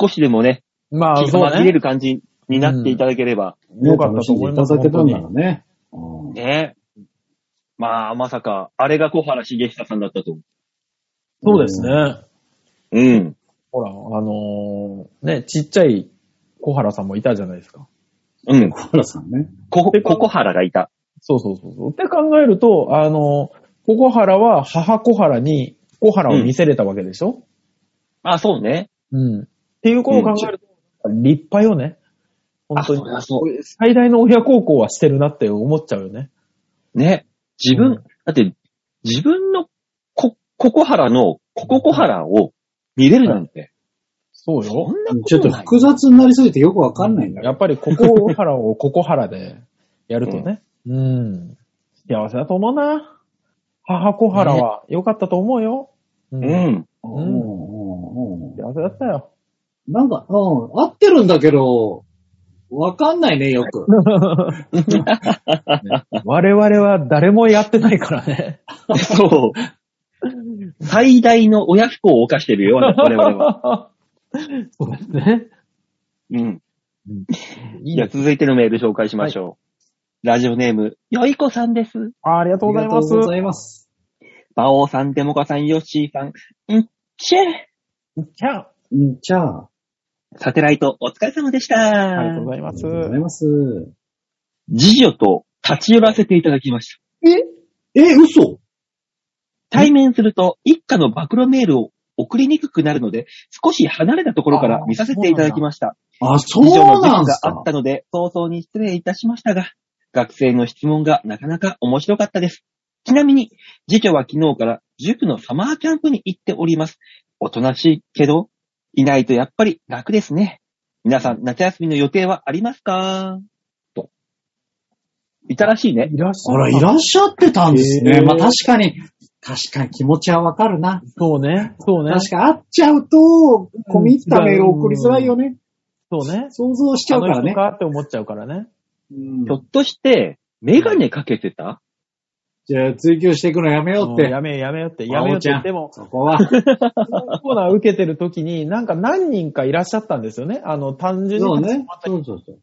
Speaker 2: 少しでもね、
Speaker 3: まあ、
Speaker 2: 気
Speaker 3: そ
Speaker 2: が
Speaker 3: う
Speaker 2: 紛れ
Speaker 3: ね。
Speaker 2: る感じになっていただければ、
Speaker 4: ね
Speaker 3: よかったと思います
Speaker 4: 楽しんでいただけたんだらね。うん
Speaker 2: ね。まあ、まさか、あれが小原茂久さんだったと。
Speaker 3: そうですね。
Speaker 2: うん。
Speaker 3: ほら、あのーね、ちっちゃい小原さんもいたじゃないですか。
Speaker 2: うん。
Speaker 4: 小原さんね。
Speaker 2: こ、ここ原がいた。
Speaker 3: そうそうそうそう。って考えると、あのー小原は母小原に小原を見せれたわけでしょ、
Speaker 2: あ、そうね。
Speaker 3: うん、っていうことを考えると、立派よね。本
Speaker 2: あ、
Speaker 3: 当
Speaker 2: そ
Speaker 3: に
Speaker 2: り。ゃそう。
Speaker 3: 最大の親孝行はしてるなって思っちゃうよね。
Speaker 2: ね。自
Speaker 3: う
Speaker 2: 分、
Speaker 3: ん
Speaker 2: だって、自分のこ、ここ原の、こここ原を見れるなんて、
Speaker 3: そう
Speaker 2: そ
Speaker 3: よ。
Speaker 2: んなこ
Speaker 4: ちょっ
Speaker 2: と
Speaker 4: と
Speaker 2: ない。
Speaker 4: 複雑になりすぎてよくわかんないんだ
Speaker 3: や
Speaker 4: よ。
Speaker 3: っぱり、ここ原をここ原で やるとね。うん。幸せだと思うな。母小原は良かったと思うよ。う
Speaker 2: う。ん。
Speaker 4: うん
Speaker 3: うん
Speaker 4: うんうん
Speaker 3: 幸せだったよ。
Speaker 4: なんか、うん、合ってるんだけど、わかんないね、よく。
Speaker 3: 我々は誰もやってないからね。
Speaker 2: そう。最大の親不幸を犯してるよ、我々は。
Speaker 3: そうですね。
Speaker 2: うん。
Speaker 3: いい
Speaker 2: じゃあ続いてのメール紹介しましょう。ラジオネーム、よいこさんです。
Speaker 3: あありがとうございます
Speaker 4: ありがとう。ございます。
Speaker 2: 馬王さん、デモカさん、ヨッシーさん、んっちぇ
Speaker 3: キャン
Speaker 4: うんじゃあ、
Speaker 2: サテライト、お疲れ様でし
Speaker 3: ありが
Speaker 2: た
Speaker 3: とう。ござい
Speaker 4: あ
Speaker 3: ま
Speaker 4: り
Speaker 3: す
Speaker 4: が。とうございます。
Speaker 2: 次女と立ち寄らせていただきました。
Speaker 4: え、嘘
Speaker 2: 対面すると、一家の暴露メールを送りにくくなるので、少し離れたところから見させていただきました。
Speaker 4: あ、そ
Speaker 2: 次女の時
Speaker 4: うなん
Speaker 2: 期が
Speaker 4: す
Speaker 2: あっ
Speaker 4: か
Speaker 2: たので、早々に失礼いたしましたが、学生の質問がなかなか面白かったです。ちなみに、次女は昨日から塾のサマーキャンプに行っております。おとなしいけど、いないとやっぱり楽ですね。皆さん、夏休みの予定はありますかと。いたらしいね。
Speaker 3: いらっしゃ
Speaker 4: あら、いらっしゃってたんです
Speaker 3: へ
Speaker 4: ね。
Speaker 3: ー
Speaker 4: まあ確かに、確かに気持ちはわかるな。
Speaker 3: そうね。そうね。
Speaker 4: 確か会っちゃうと、込み入ったメール送りづらいよね。
Speaker 3: そうね。
Speaker 4: 想像しちゃ
Speaker 3: あ
Speaker 4: うか
Speaker 3: の
Speaker 4: ら
Speaker 3: 人
Speaker 4: ね。
Speaker 3: かって思っちゃうからね。
Speaker 4: うん
Speaker 2: ひょっとして、メガネかけてた
Speaker 4: じゃあ追求していくのやめようっ
Speaker 3: うん
Speaker 4: て
Speaker 3: や。めよやめよって、やめよって。でも、
Speaker 4: そこは。
Speaker 3: このコーナー受けてる時に、なんか何人かいらっしゃったんですよね。あの、単純に。
Speaker 4: そうね。そうそうそう。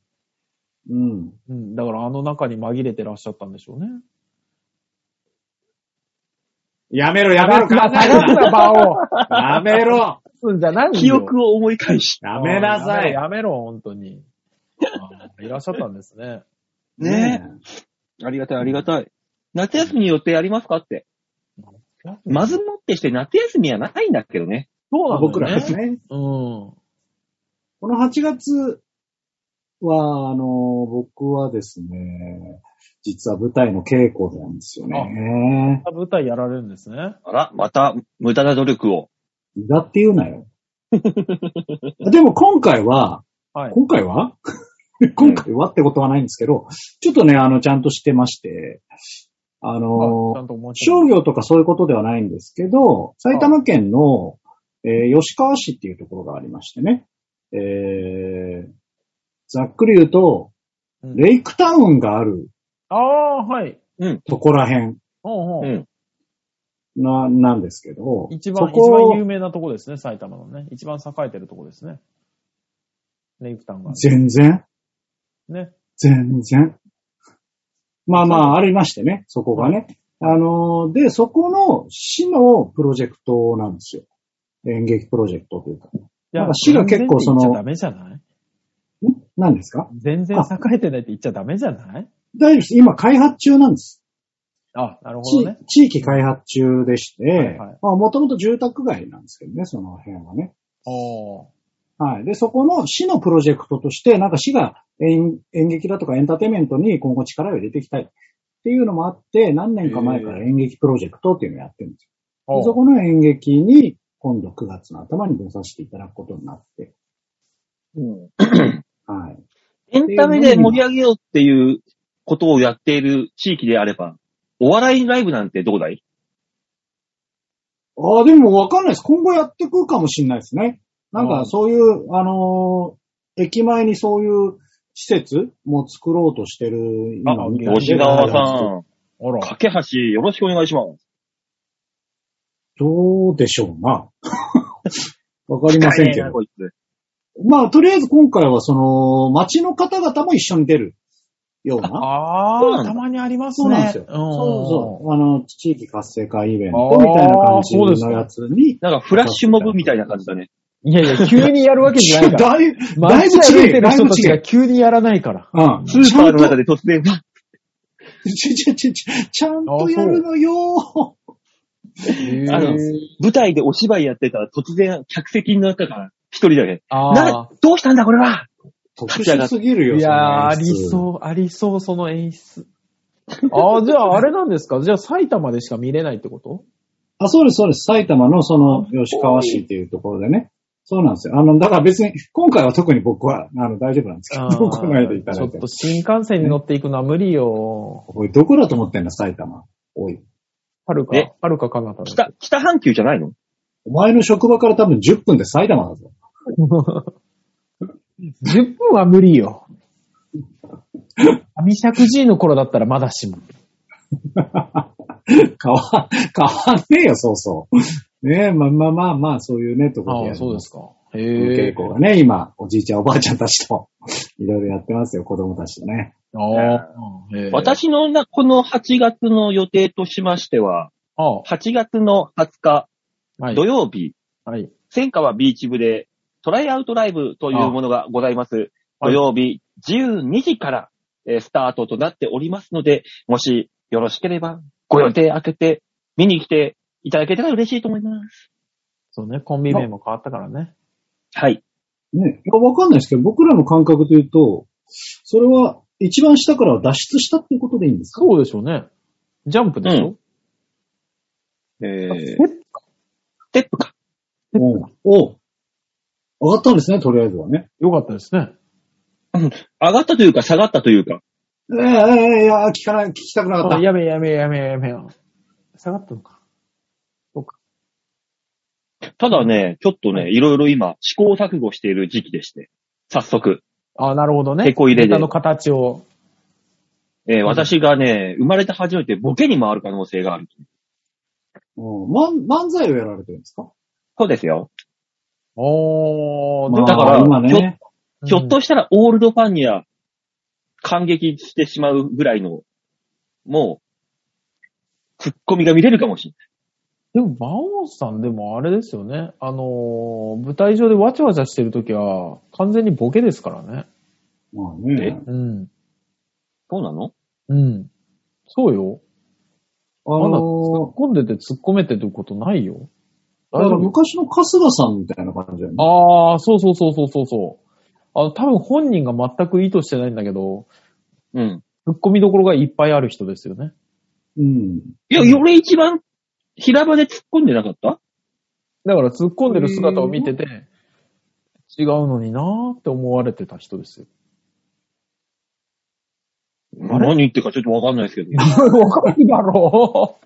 Speaker 4: うん。
Speaker 3: うん。だからあの中に紛れてらっしゃったんでしょうね。
Speaker 4: やめろ、やめろ、考
Speaker 3: 探す
Speaker 4: え
Speaker 3: な
Speaker 4: る
Speaker 3: 探すな、場を。
Speaker 4: な。やめろ。
Speaker 3: うんじゃないよ
Speaker 2: 記憶を思い返し。
Speaker 4: やめなさい。
Speaker 3: やめろ、本当に。あーいらっしゃったんですね。
Speaker 2: ねありがたい、ありがたい。夏休みに予定ありますかって。まずもってして夏休みはないんだけどね。
Speaker 3: そうなんだよね。
Speaker 4: 僕らですね。
Speaker 3: うん。
Speaker 4: この8月は、あの、僕はですね、実は舞台の稽古なんですよね。
Speaker 3: 舞台やられるんですね。
Speaker 2: あら、また無駄な努力を。
Speaker 4: だって言うな よ。でも今回は、
Speaker 3: はい。
Speaker 4: 今回 は今回はってことはないんですけど、ちょっとね、あの、ちゃんとしてまして、あの
Speaker 3: あちゃ、んと面白
Speaker 4: 商
Speaker 3: い。
Speaker 4: 業とかそういうことではないんですけど、埼玉県の、えー吉川市っていうところがありましてね、えーざっくり言うと、
Speaker 3: うん
Speaker 4: レイクタウンがある
Speaker 3: ああー、はい。
Speaker 4: とこら辺
Speaker 3: うん
Speaker 2: う
Speaker 3: うん。
Speaker 2: ん。
Speaker 4: な、なんですけど、
Speaker 3: 一番、
Speaker 4: そ
Speaker 3: 一番有
Speaker 4: こ、
Speaker 3: 名なとこですね、埼玉のね。一番栄えてるとこですね。レイクタウンが。
Speaker 4: 全然、
Speaker 3: ね。
Speaker 4: 全然。まあまあ、ありましてね、そこがね。あのー、で、そこの市のプロジェクトなんですよ。演劇プロジェクトというか。
Speaker 3: じゃ
Speaker 4: な
Speaker 3: あ
Speaker 4: んか死が結構その
Speaker 3: 全然って言っちゃダメじゃない
Speaker 4: 何ですか
Speaker 3: 全然栄えてないって言っちゃダメじゃない
Speaker 4: 大丈夫です。今開発中なんです。
Speaker 3: あ、なるほ
Speaker 4: 地
Speaker 3: どね。
Speaker 4: 地域開発中でして、
Speaker 3: はいはい
Speaker 4: まあもともと住宅街なんですけどね、その辺はね。
Speaker 3: おー
Speaker 4: はい。で、そこの市のプロジェクトとして、なんか市が演演劇だとかエンターテインメントに今後力を入れていきたいっていうのもあって、何年か前から演劇プロジェクトっていうのをやってるんですよ。
Speaker 3: お
Speaker 4: で
Speaker 3: う
Speaker 4: そこの演劇に今度9月の頭に出させていただくことになって、はい。
Speaker 2: エンタメで盛り上げようっていうことをやっている地域であれば、お笑いライブなんてどうだい
Speaker 4: ああ、でもわかんないです。今後やってくかもしれないですね。なんかそういう、あのー駅前にそういう施設も作ろうとしてる、
Speaker 2: あ、
Speaker 4: 今、見た
Speaker 2: 吉川
Speaker 4: ん。
Speaker 2: さん、
Speaker 3: あら。
Speaker 2: 架橋よろしくお願いします。
Speaker 4: どうでしょうな。 わかりませんけど。
Speaker 2: こいつ。
Speaker 4: まあ、とりあえず今回はその、街の方々も一緒に出るような。
Speaker 2: そうな
Speaker 3: あ
Speaker 2: ん
Speaker 3: あ、
Speaker 2: だ
Speaker 3: たまにありますね。
Speaker 4: そうなんですよ。そう
Speaker 3: そ
Speaker 4: そう。あの、地域活性化イベントみたいな感じ
Speaker 3: あーそうです
Speaker 4: の
Speaker 3: か
Speaker 4: やつに。
Speaker 2: なんかフラッシュモブみたいな感じだね。
Speaker 3: う。いやいや、急にやるわけじ ゃないから。
Speaker 4: だいぶ、だ
Speaker 3: 毎
Speaker 4: いぶ
Speaker 3: 日やれ
Speaker 4: 違
Speaker 3: て
Speaker 4: う。
Speaker 3: る
Speaker 4: だい
Speaker 3: 人
Speaker 4: ぶ
Speaker 3: たち
Speaker 4: 違
Speaker 3: が
Speaker 4: う。
Speaker 3: 急にやらないから。
Speaker 4: うん。
Speaker 2: スーパーの
Speaker 4: ちゃん
Speaker 2: 中
Speaker 4: と
Speaker 2: で突然、わっ
Speaker 4: ちちちちちゃんとやるのよ
Speaker 2: あの舞台でお芝居やってたら突然客席の中から一人だけ。
Speaker 3: あ
Speaker 2: な
Speaker 3: あ、
Speaker 2: どうしたんだこれは
Speaker 4: 特殊すぎるよ。
Speaker 3: いやー、あ
Speaker 4: その演
Speaker 3: り
Speaker 4: 出
Speaker 3: そう、ありそう、その演出。 ああ、じゃああれなんですかじゃあ埼玉でしか見れないってこと
Speaker 4: あ、そうです、そうです。埼玉のその吉川市っていうところでね。そうなんですよ。あの、だから別に、今回は特に僕は、あの、大丈夫なんですけ
Speaker 3: あー
Speaker 4: ど、来ないでいた
Speaker 3: ち
Speaker 4: だ
Speaker 3: ょ
Speaker 4: い
Speaker 3: ってと。新幹線に乗っていくのは無理よ。
Speaker 4: おい、どこだと思ってんだ、埼玉。おい。
Speaker 3: はるか
Speaker 2: え、
Speaker 3: はるか彼方だ
Speaker 2: 北、北半球じゃないの
Speaker 4: お前の職場から多分10分で埼玉だぞ。
Speaker 3: 10分は無理よ。 上尺 G の頃だったらまだしも。
Speaker 4: 変わ、変わんねえよ、そうそう。ねえ、まあまあまあまあ、そういうね、ところでやります。
Speaker 3: か。
Speaker 4: 稽
Speaker 3: へえ。
Speaker 4: 古がね、今、おじいちゃんおばあちゃんたちと、 いろいろやってますよ、子供たちとね。
Speaker 3: ああ。へえ
Speaker 2: 私のな、この8月の予定としましては、
Speaker 3: ああ
Speaker 2: 8月の20日、
Speaker 3: はい
Speaker 2: 土。曜日、
Speaker 3: はい。
Speaker 2: 千川ビーチ部でトライアウトライブというものがございます。
Speaker 3: あ
Speaker 2: 土曜日12時から、えースタートとなっておりますので、もしよろしければご予定開けて見に来ていただけたら嬉しいと思います。
Speaker 3: そうね、コンビ名も変わったからね。
Speaker 2: はい。
Speaker 4: ね、いやわかんないですけど、僕らの感覚というと、それは一番下からは脱出したっていうことでいいんですか
Speaker 3: そうでしょうね。ジャンプでしょ、
Speaker 2: えー
Speaker 3: え
Speaker 2: ステップか。
Speaker 4: おうおう上がったんですね、とりあえずはね。
Speaker 3: よかったですね。
Speaker 2: 上がったというか下がったというか。
Speaker 4: ええええいや、聞かない、聞きたくなかった。
Speaker 3: やめやめやめやめよ。下がったのか。
Speaker 2: ただね、ちょっとね、いろいろ今試行錯誤している時期でして、早速、
Speaker 3: ああ、なるほどね。
Speaker 2: テコ入れで
Speaker 3: ネタの形を。
Speaker 2: えー私がね、生まれて初めてボケに回る可能性がある。
Speaker 4: うんまん漫才をやられてるんですか
Speaker 2: そうですよ。
Speaker 3: おー、
Speaker 4: まあ
Speaker 2: だから
Speaker 4: 今
Speaker 2: ひょ
Speaker 4: ね。
Speaker 2: ひょっとしたらオールドファンには感激してしまうぐらいの、もう、ツッコミが見れるかもしれ
Speaker 3: でも、馬王さんでもあれですよね。あのー舞台上でわちゃわちゃしてるときは、完全にボケですからね。
Speaker 4: まあね。
Speaker 3: うん。
Speaker 2: ない。そうなの
Speaker 3: うん。そうよ。
Speaker 4: あ
Speaker 3: あんな突
Speaker 4: の
Speaker 3: っ込んでて突っ込めてることないよ。
Speaker 4: ー、だから昔の春日さんみたいな感じだよね。
Speaker 3: ああ、そうそうそうそうそうそう。あの、多分本人が全く意図してないんだけど、
Speaker 2: うん。
Speaker 3: 突っ込みどころがいっぱいある人ですよね。
Speaker 4: うん。
Speaker 2: いや、俺一番平場で突っ込んでなかった
Speaker 3: だから突っ込んでる姿を見てて、違うのになーって思われてた人ですよ。れ
Speaker 2: 何言ってるかちょっとわかんないですけど。
Speaker 3: わかるだろう。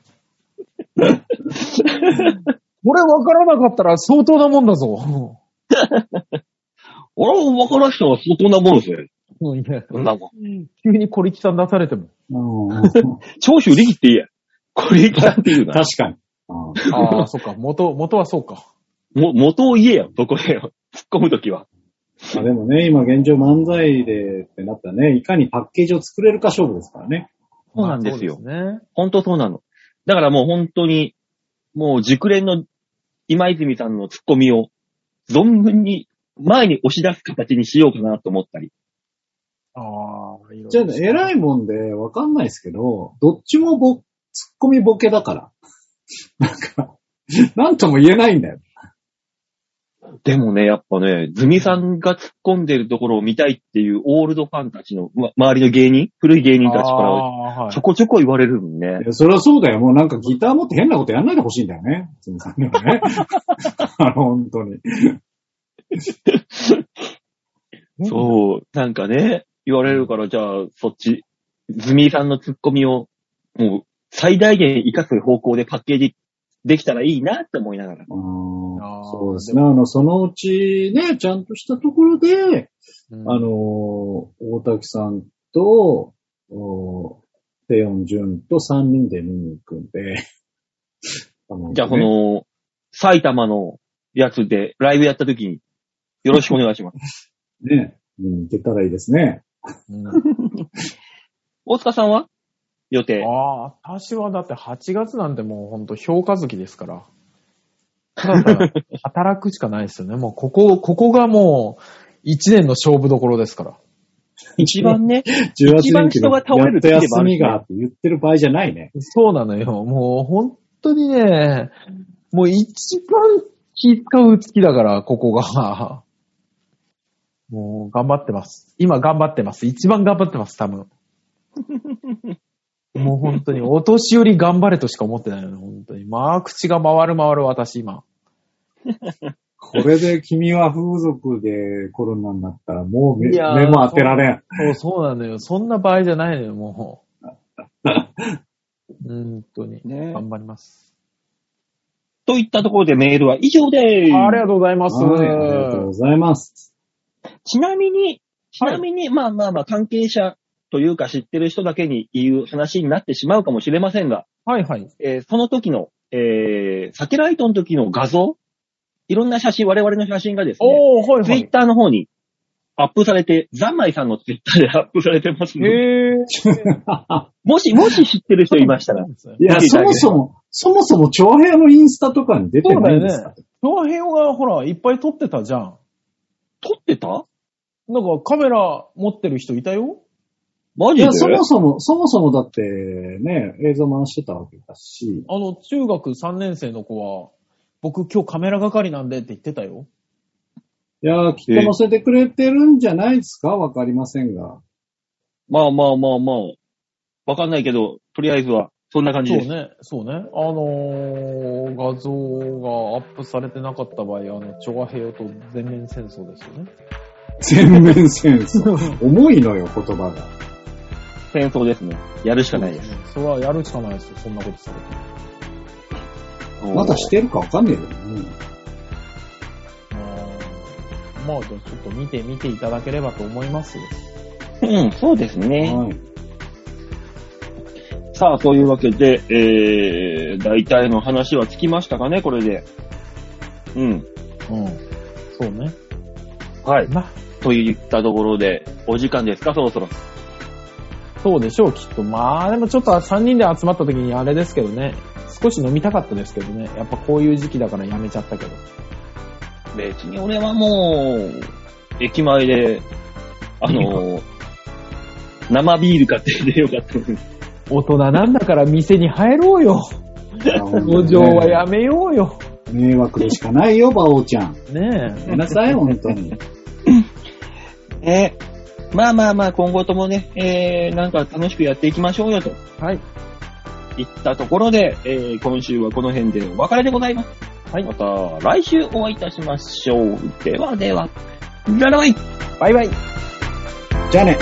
Speaker 3: これわからなかったら相当なもんだぞ。
Speaker 2: 俺は分からん人は相当なもんですよ。
Speaker 3: うんいや
Speaker 2: そんなもん。
Speaker 3: 急に小力さん出されても。
Speaker 4: うん確
Speaker 2: 長州力って言え。これ力って いうな。
Speaker 4: かに。うん
Speaker 3: ああ、そっか。元、元はそうか。
Speaker 2: も、元を言えよ、そこでよ。突っ込むときは。
Speaker 4: まあでもね、今現状漫才でってなったらね、いかにパッケージを作れるか勝負ですからね。
Speaker 2: そうなんですよ
Speaker 3: まあそうですね。
Speaker 2: 本当そうなの。だからもう本当に、もう熟練の今泉さんの突っ込みを存分に前に押し出す形にしようかなと思ったり。
Speaker 3: ああ、いろいろ
Speaker 4: じゃあ、偉いもんでわかんないですけど、どっちもぼ、ツッコミボケだから。 なんか、なんとも言えないんだよ。
Speaker 2: でもね、やっぱね、ズミさんが突っ込んでるところを見たいっていうオールドファンたちの、ま、周りの芸人、古い芸人たちか
Speaker 3: あーは
Speaker 2: ら
Speaker 3: い
Speaker 2: ちょこちょこ言われるもんね。
Speaker 4: いやそれはそうだよ。もうなんかギター持って変なことやんないでほしいんだよね。つむさんにはね。 あの、本当に。
Speaker 2: そう、なんかね、言われるから、じゃあ、そっち、ズミさんのツッコミを、もう、最大限活かす方向でパッケージできたらいいなって思いながら。
Speaker 4: うーん
Speaker 3: あー
Speaker 4: そうですね。あの、そのうちね、ちゃんとしたところで、
Speaker 3: うん
Speaker 4: あのー、大滝さんと、おーテヨンジュンと3人で見に行くんで。 あの
Speaker 2: じゃあ、こ、の、埼玉のやつでライブやった時に、よろしくお願いします。
Speaker 4: ね、見に行けたらいいですね。
Speaker 3: うん
Speaker 2: 大塚さんは予定。
Speaker 3: ああ、私はだって8月なんてもうほんと評価月です から。ただただ働くしかないですよね。もうここ、ここがもう1年の勝負どころですから。
Speaker 2: 一番ね、
Speaker 4: 18
Speaker 2: 一番人が倒れる時で
Speaker 4: や
Speaker 2: もあ
Speaker 4: っ
Speaker 2: る
Speaker 4: と
Speaker 2: しね
Speaker 4: 休みがって言ってる場合じゃないね。
Speaker 3: そうなのよ。もう本当にね、もう一番気使う月だから、ここ が。もう頑張ってます。今頑張ってます。一番頑張ってます、多 分。もう本当に、お年寄り頑張れとしか思ってないのね、本当に。まあ、口が回る回る、私今。
Speaker 4: これで君は風俗でコロナになったらもう目
Speaker 3: いやー
Speaker 4: 目も当てられん。
Speaker 3: そう、そうなのよ。そんな場合じゃないのよ、も う。本当に。
Speaker 2: ね
Speaker 3: 頑張ります。
Speaker 2: といったところでメールは以上で
Speaker 3: ありが
Speaker 2: す。
Speaker 3: とうございます。
Speaker 4: はいありがとうございます。
Speaker 2: ちなみに、ちなみに、まあまあまあ、関係者というか知ってる人だけに言う話になってしまうかもしれませんが、
Speaker 3: はいはい。
Speaker 2: えーその時の、えーサテライトの時の画像、いろんな写真、我々の写真がですね、
Speaker 3: おー、はい
Speaker 2: ツ
Speaker 3: は
Speaker 2: イッ
Speaker 3: い。
Speaker 2: ターの方にアップされて、ザンマイさんのツイッターでアップされてますので、
Speaker 3: えー。
Speaker 2: もし、もし知ってる人いましたら、
Speaker 3: そう
Speaker 4: いや、そもそも、そもそも長平のインスタとかに出て
Speaker 3: だ
Speaker 4: ない
Speaker 3: よ
Speaker 4: んです
Speaker 3: ね
Speaker 4: か、。
Speaker 3: 長編がほら、いっぱい撮ってたじゃん。
Speaker 2: 撮ってた
Speaker 3: なんかカメラ持ってる人いたよ
Speaker 2: マ
Speaker 4: い
Speaker 2: ジで
Speaker 4: や、そもそも、そもそもだってね、映像回してたわけだし、
Speaker 3: あの、中学3年生の子は、僕今日カメラ係なんでって言ってたよ。
Speaker 4: いやー、きっと載せてくれてるんじゃないですかわかりませんが。
Speaker 2: まあまあまあまあ、わかんないけど、とりあえずは、そんな感じ
Speaker 3: そう
Speaker 2: です。
Speaker 3: ね、そうね。あのー、画像がアップされてなかった場合、あの、チョガヘヨと全面戦争ですよね。
Speaker 4: 全面戦 争。重いのよ、言葉が。
Speaker 2: 戦争ですね。やるしかないです。
Speaker 3: す。それはやるしかないですよ、そんなことされて。
Speaker 4: まだしてるかわかんねえけどね。
Speaker 3: あーまあ、じゃあちょっと見てみていただければと思いますよ。
Speaker 2: うん、そうですね。
Speaker 4: はい。
Speaker 2: さあ、というわけで、えー、大体の話はつきましたかね、これで。うん。
Speaker 3: うん。そうね。
Speaker 2: はい。
Speaker 3: まあ、
Speaker 2: といったところで、お時間ですか、そろそろ。
Speaker 3: そうでしょう、きっと。まあ、でもちょっと3人で集まった時にあれですけどね。少し飲みたかったですけどね。やっぱこういう時期だからやめちゃったけど。
Speaker 2: 別に俺はもう、駅前で、あの、生ビール買ってきてよかったです。
Speaker 3: 大人なんだから店に入ろうよ。 路上はやめようよ。
Speaker 4: 迷惑でしかないよ、馬王ちゃん。
Speaker 3: ね
Speaker 4: ごめんなさい、本当に。
Speaker 2: ね。まあまあまあ、今後ともね、えー、なんか楽しくやっていきましょうよと。
Speaker 3: え。はい。
Speaker 2: いったところで、えー今週はこの辺でお別れでございます。
Speaker 3: はい
Speaker 2: また来週お会いいたしましょう。ではでは、ララバイ
Speaker 3: バイバイ。
Speaker 4: じゃあね。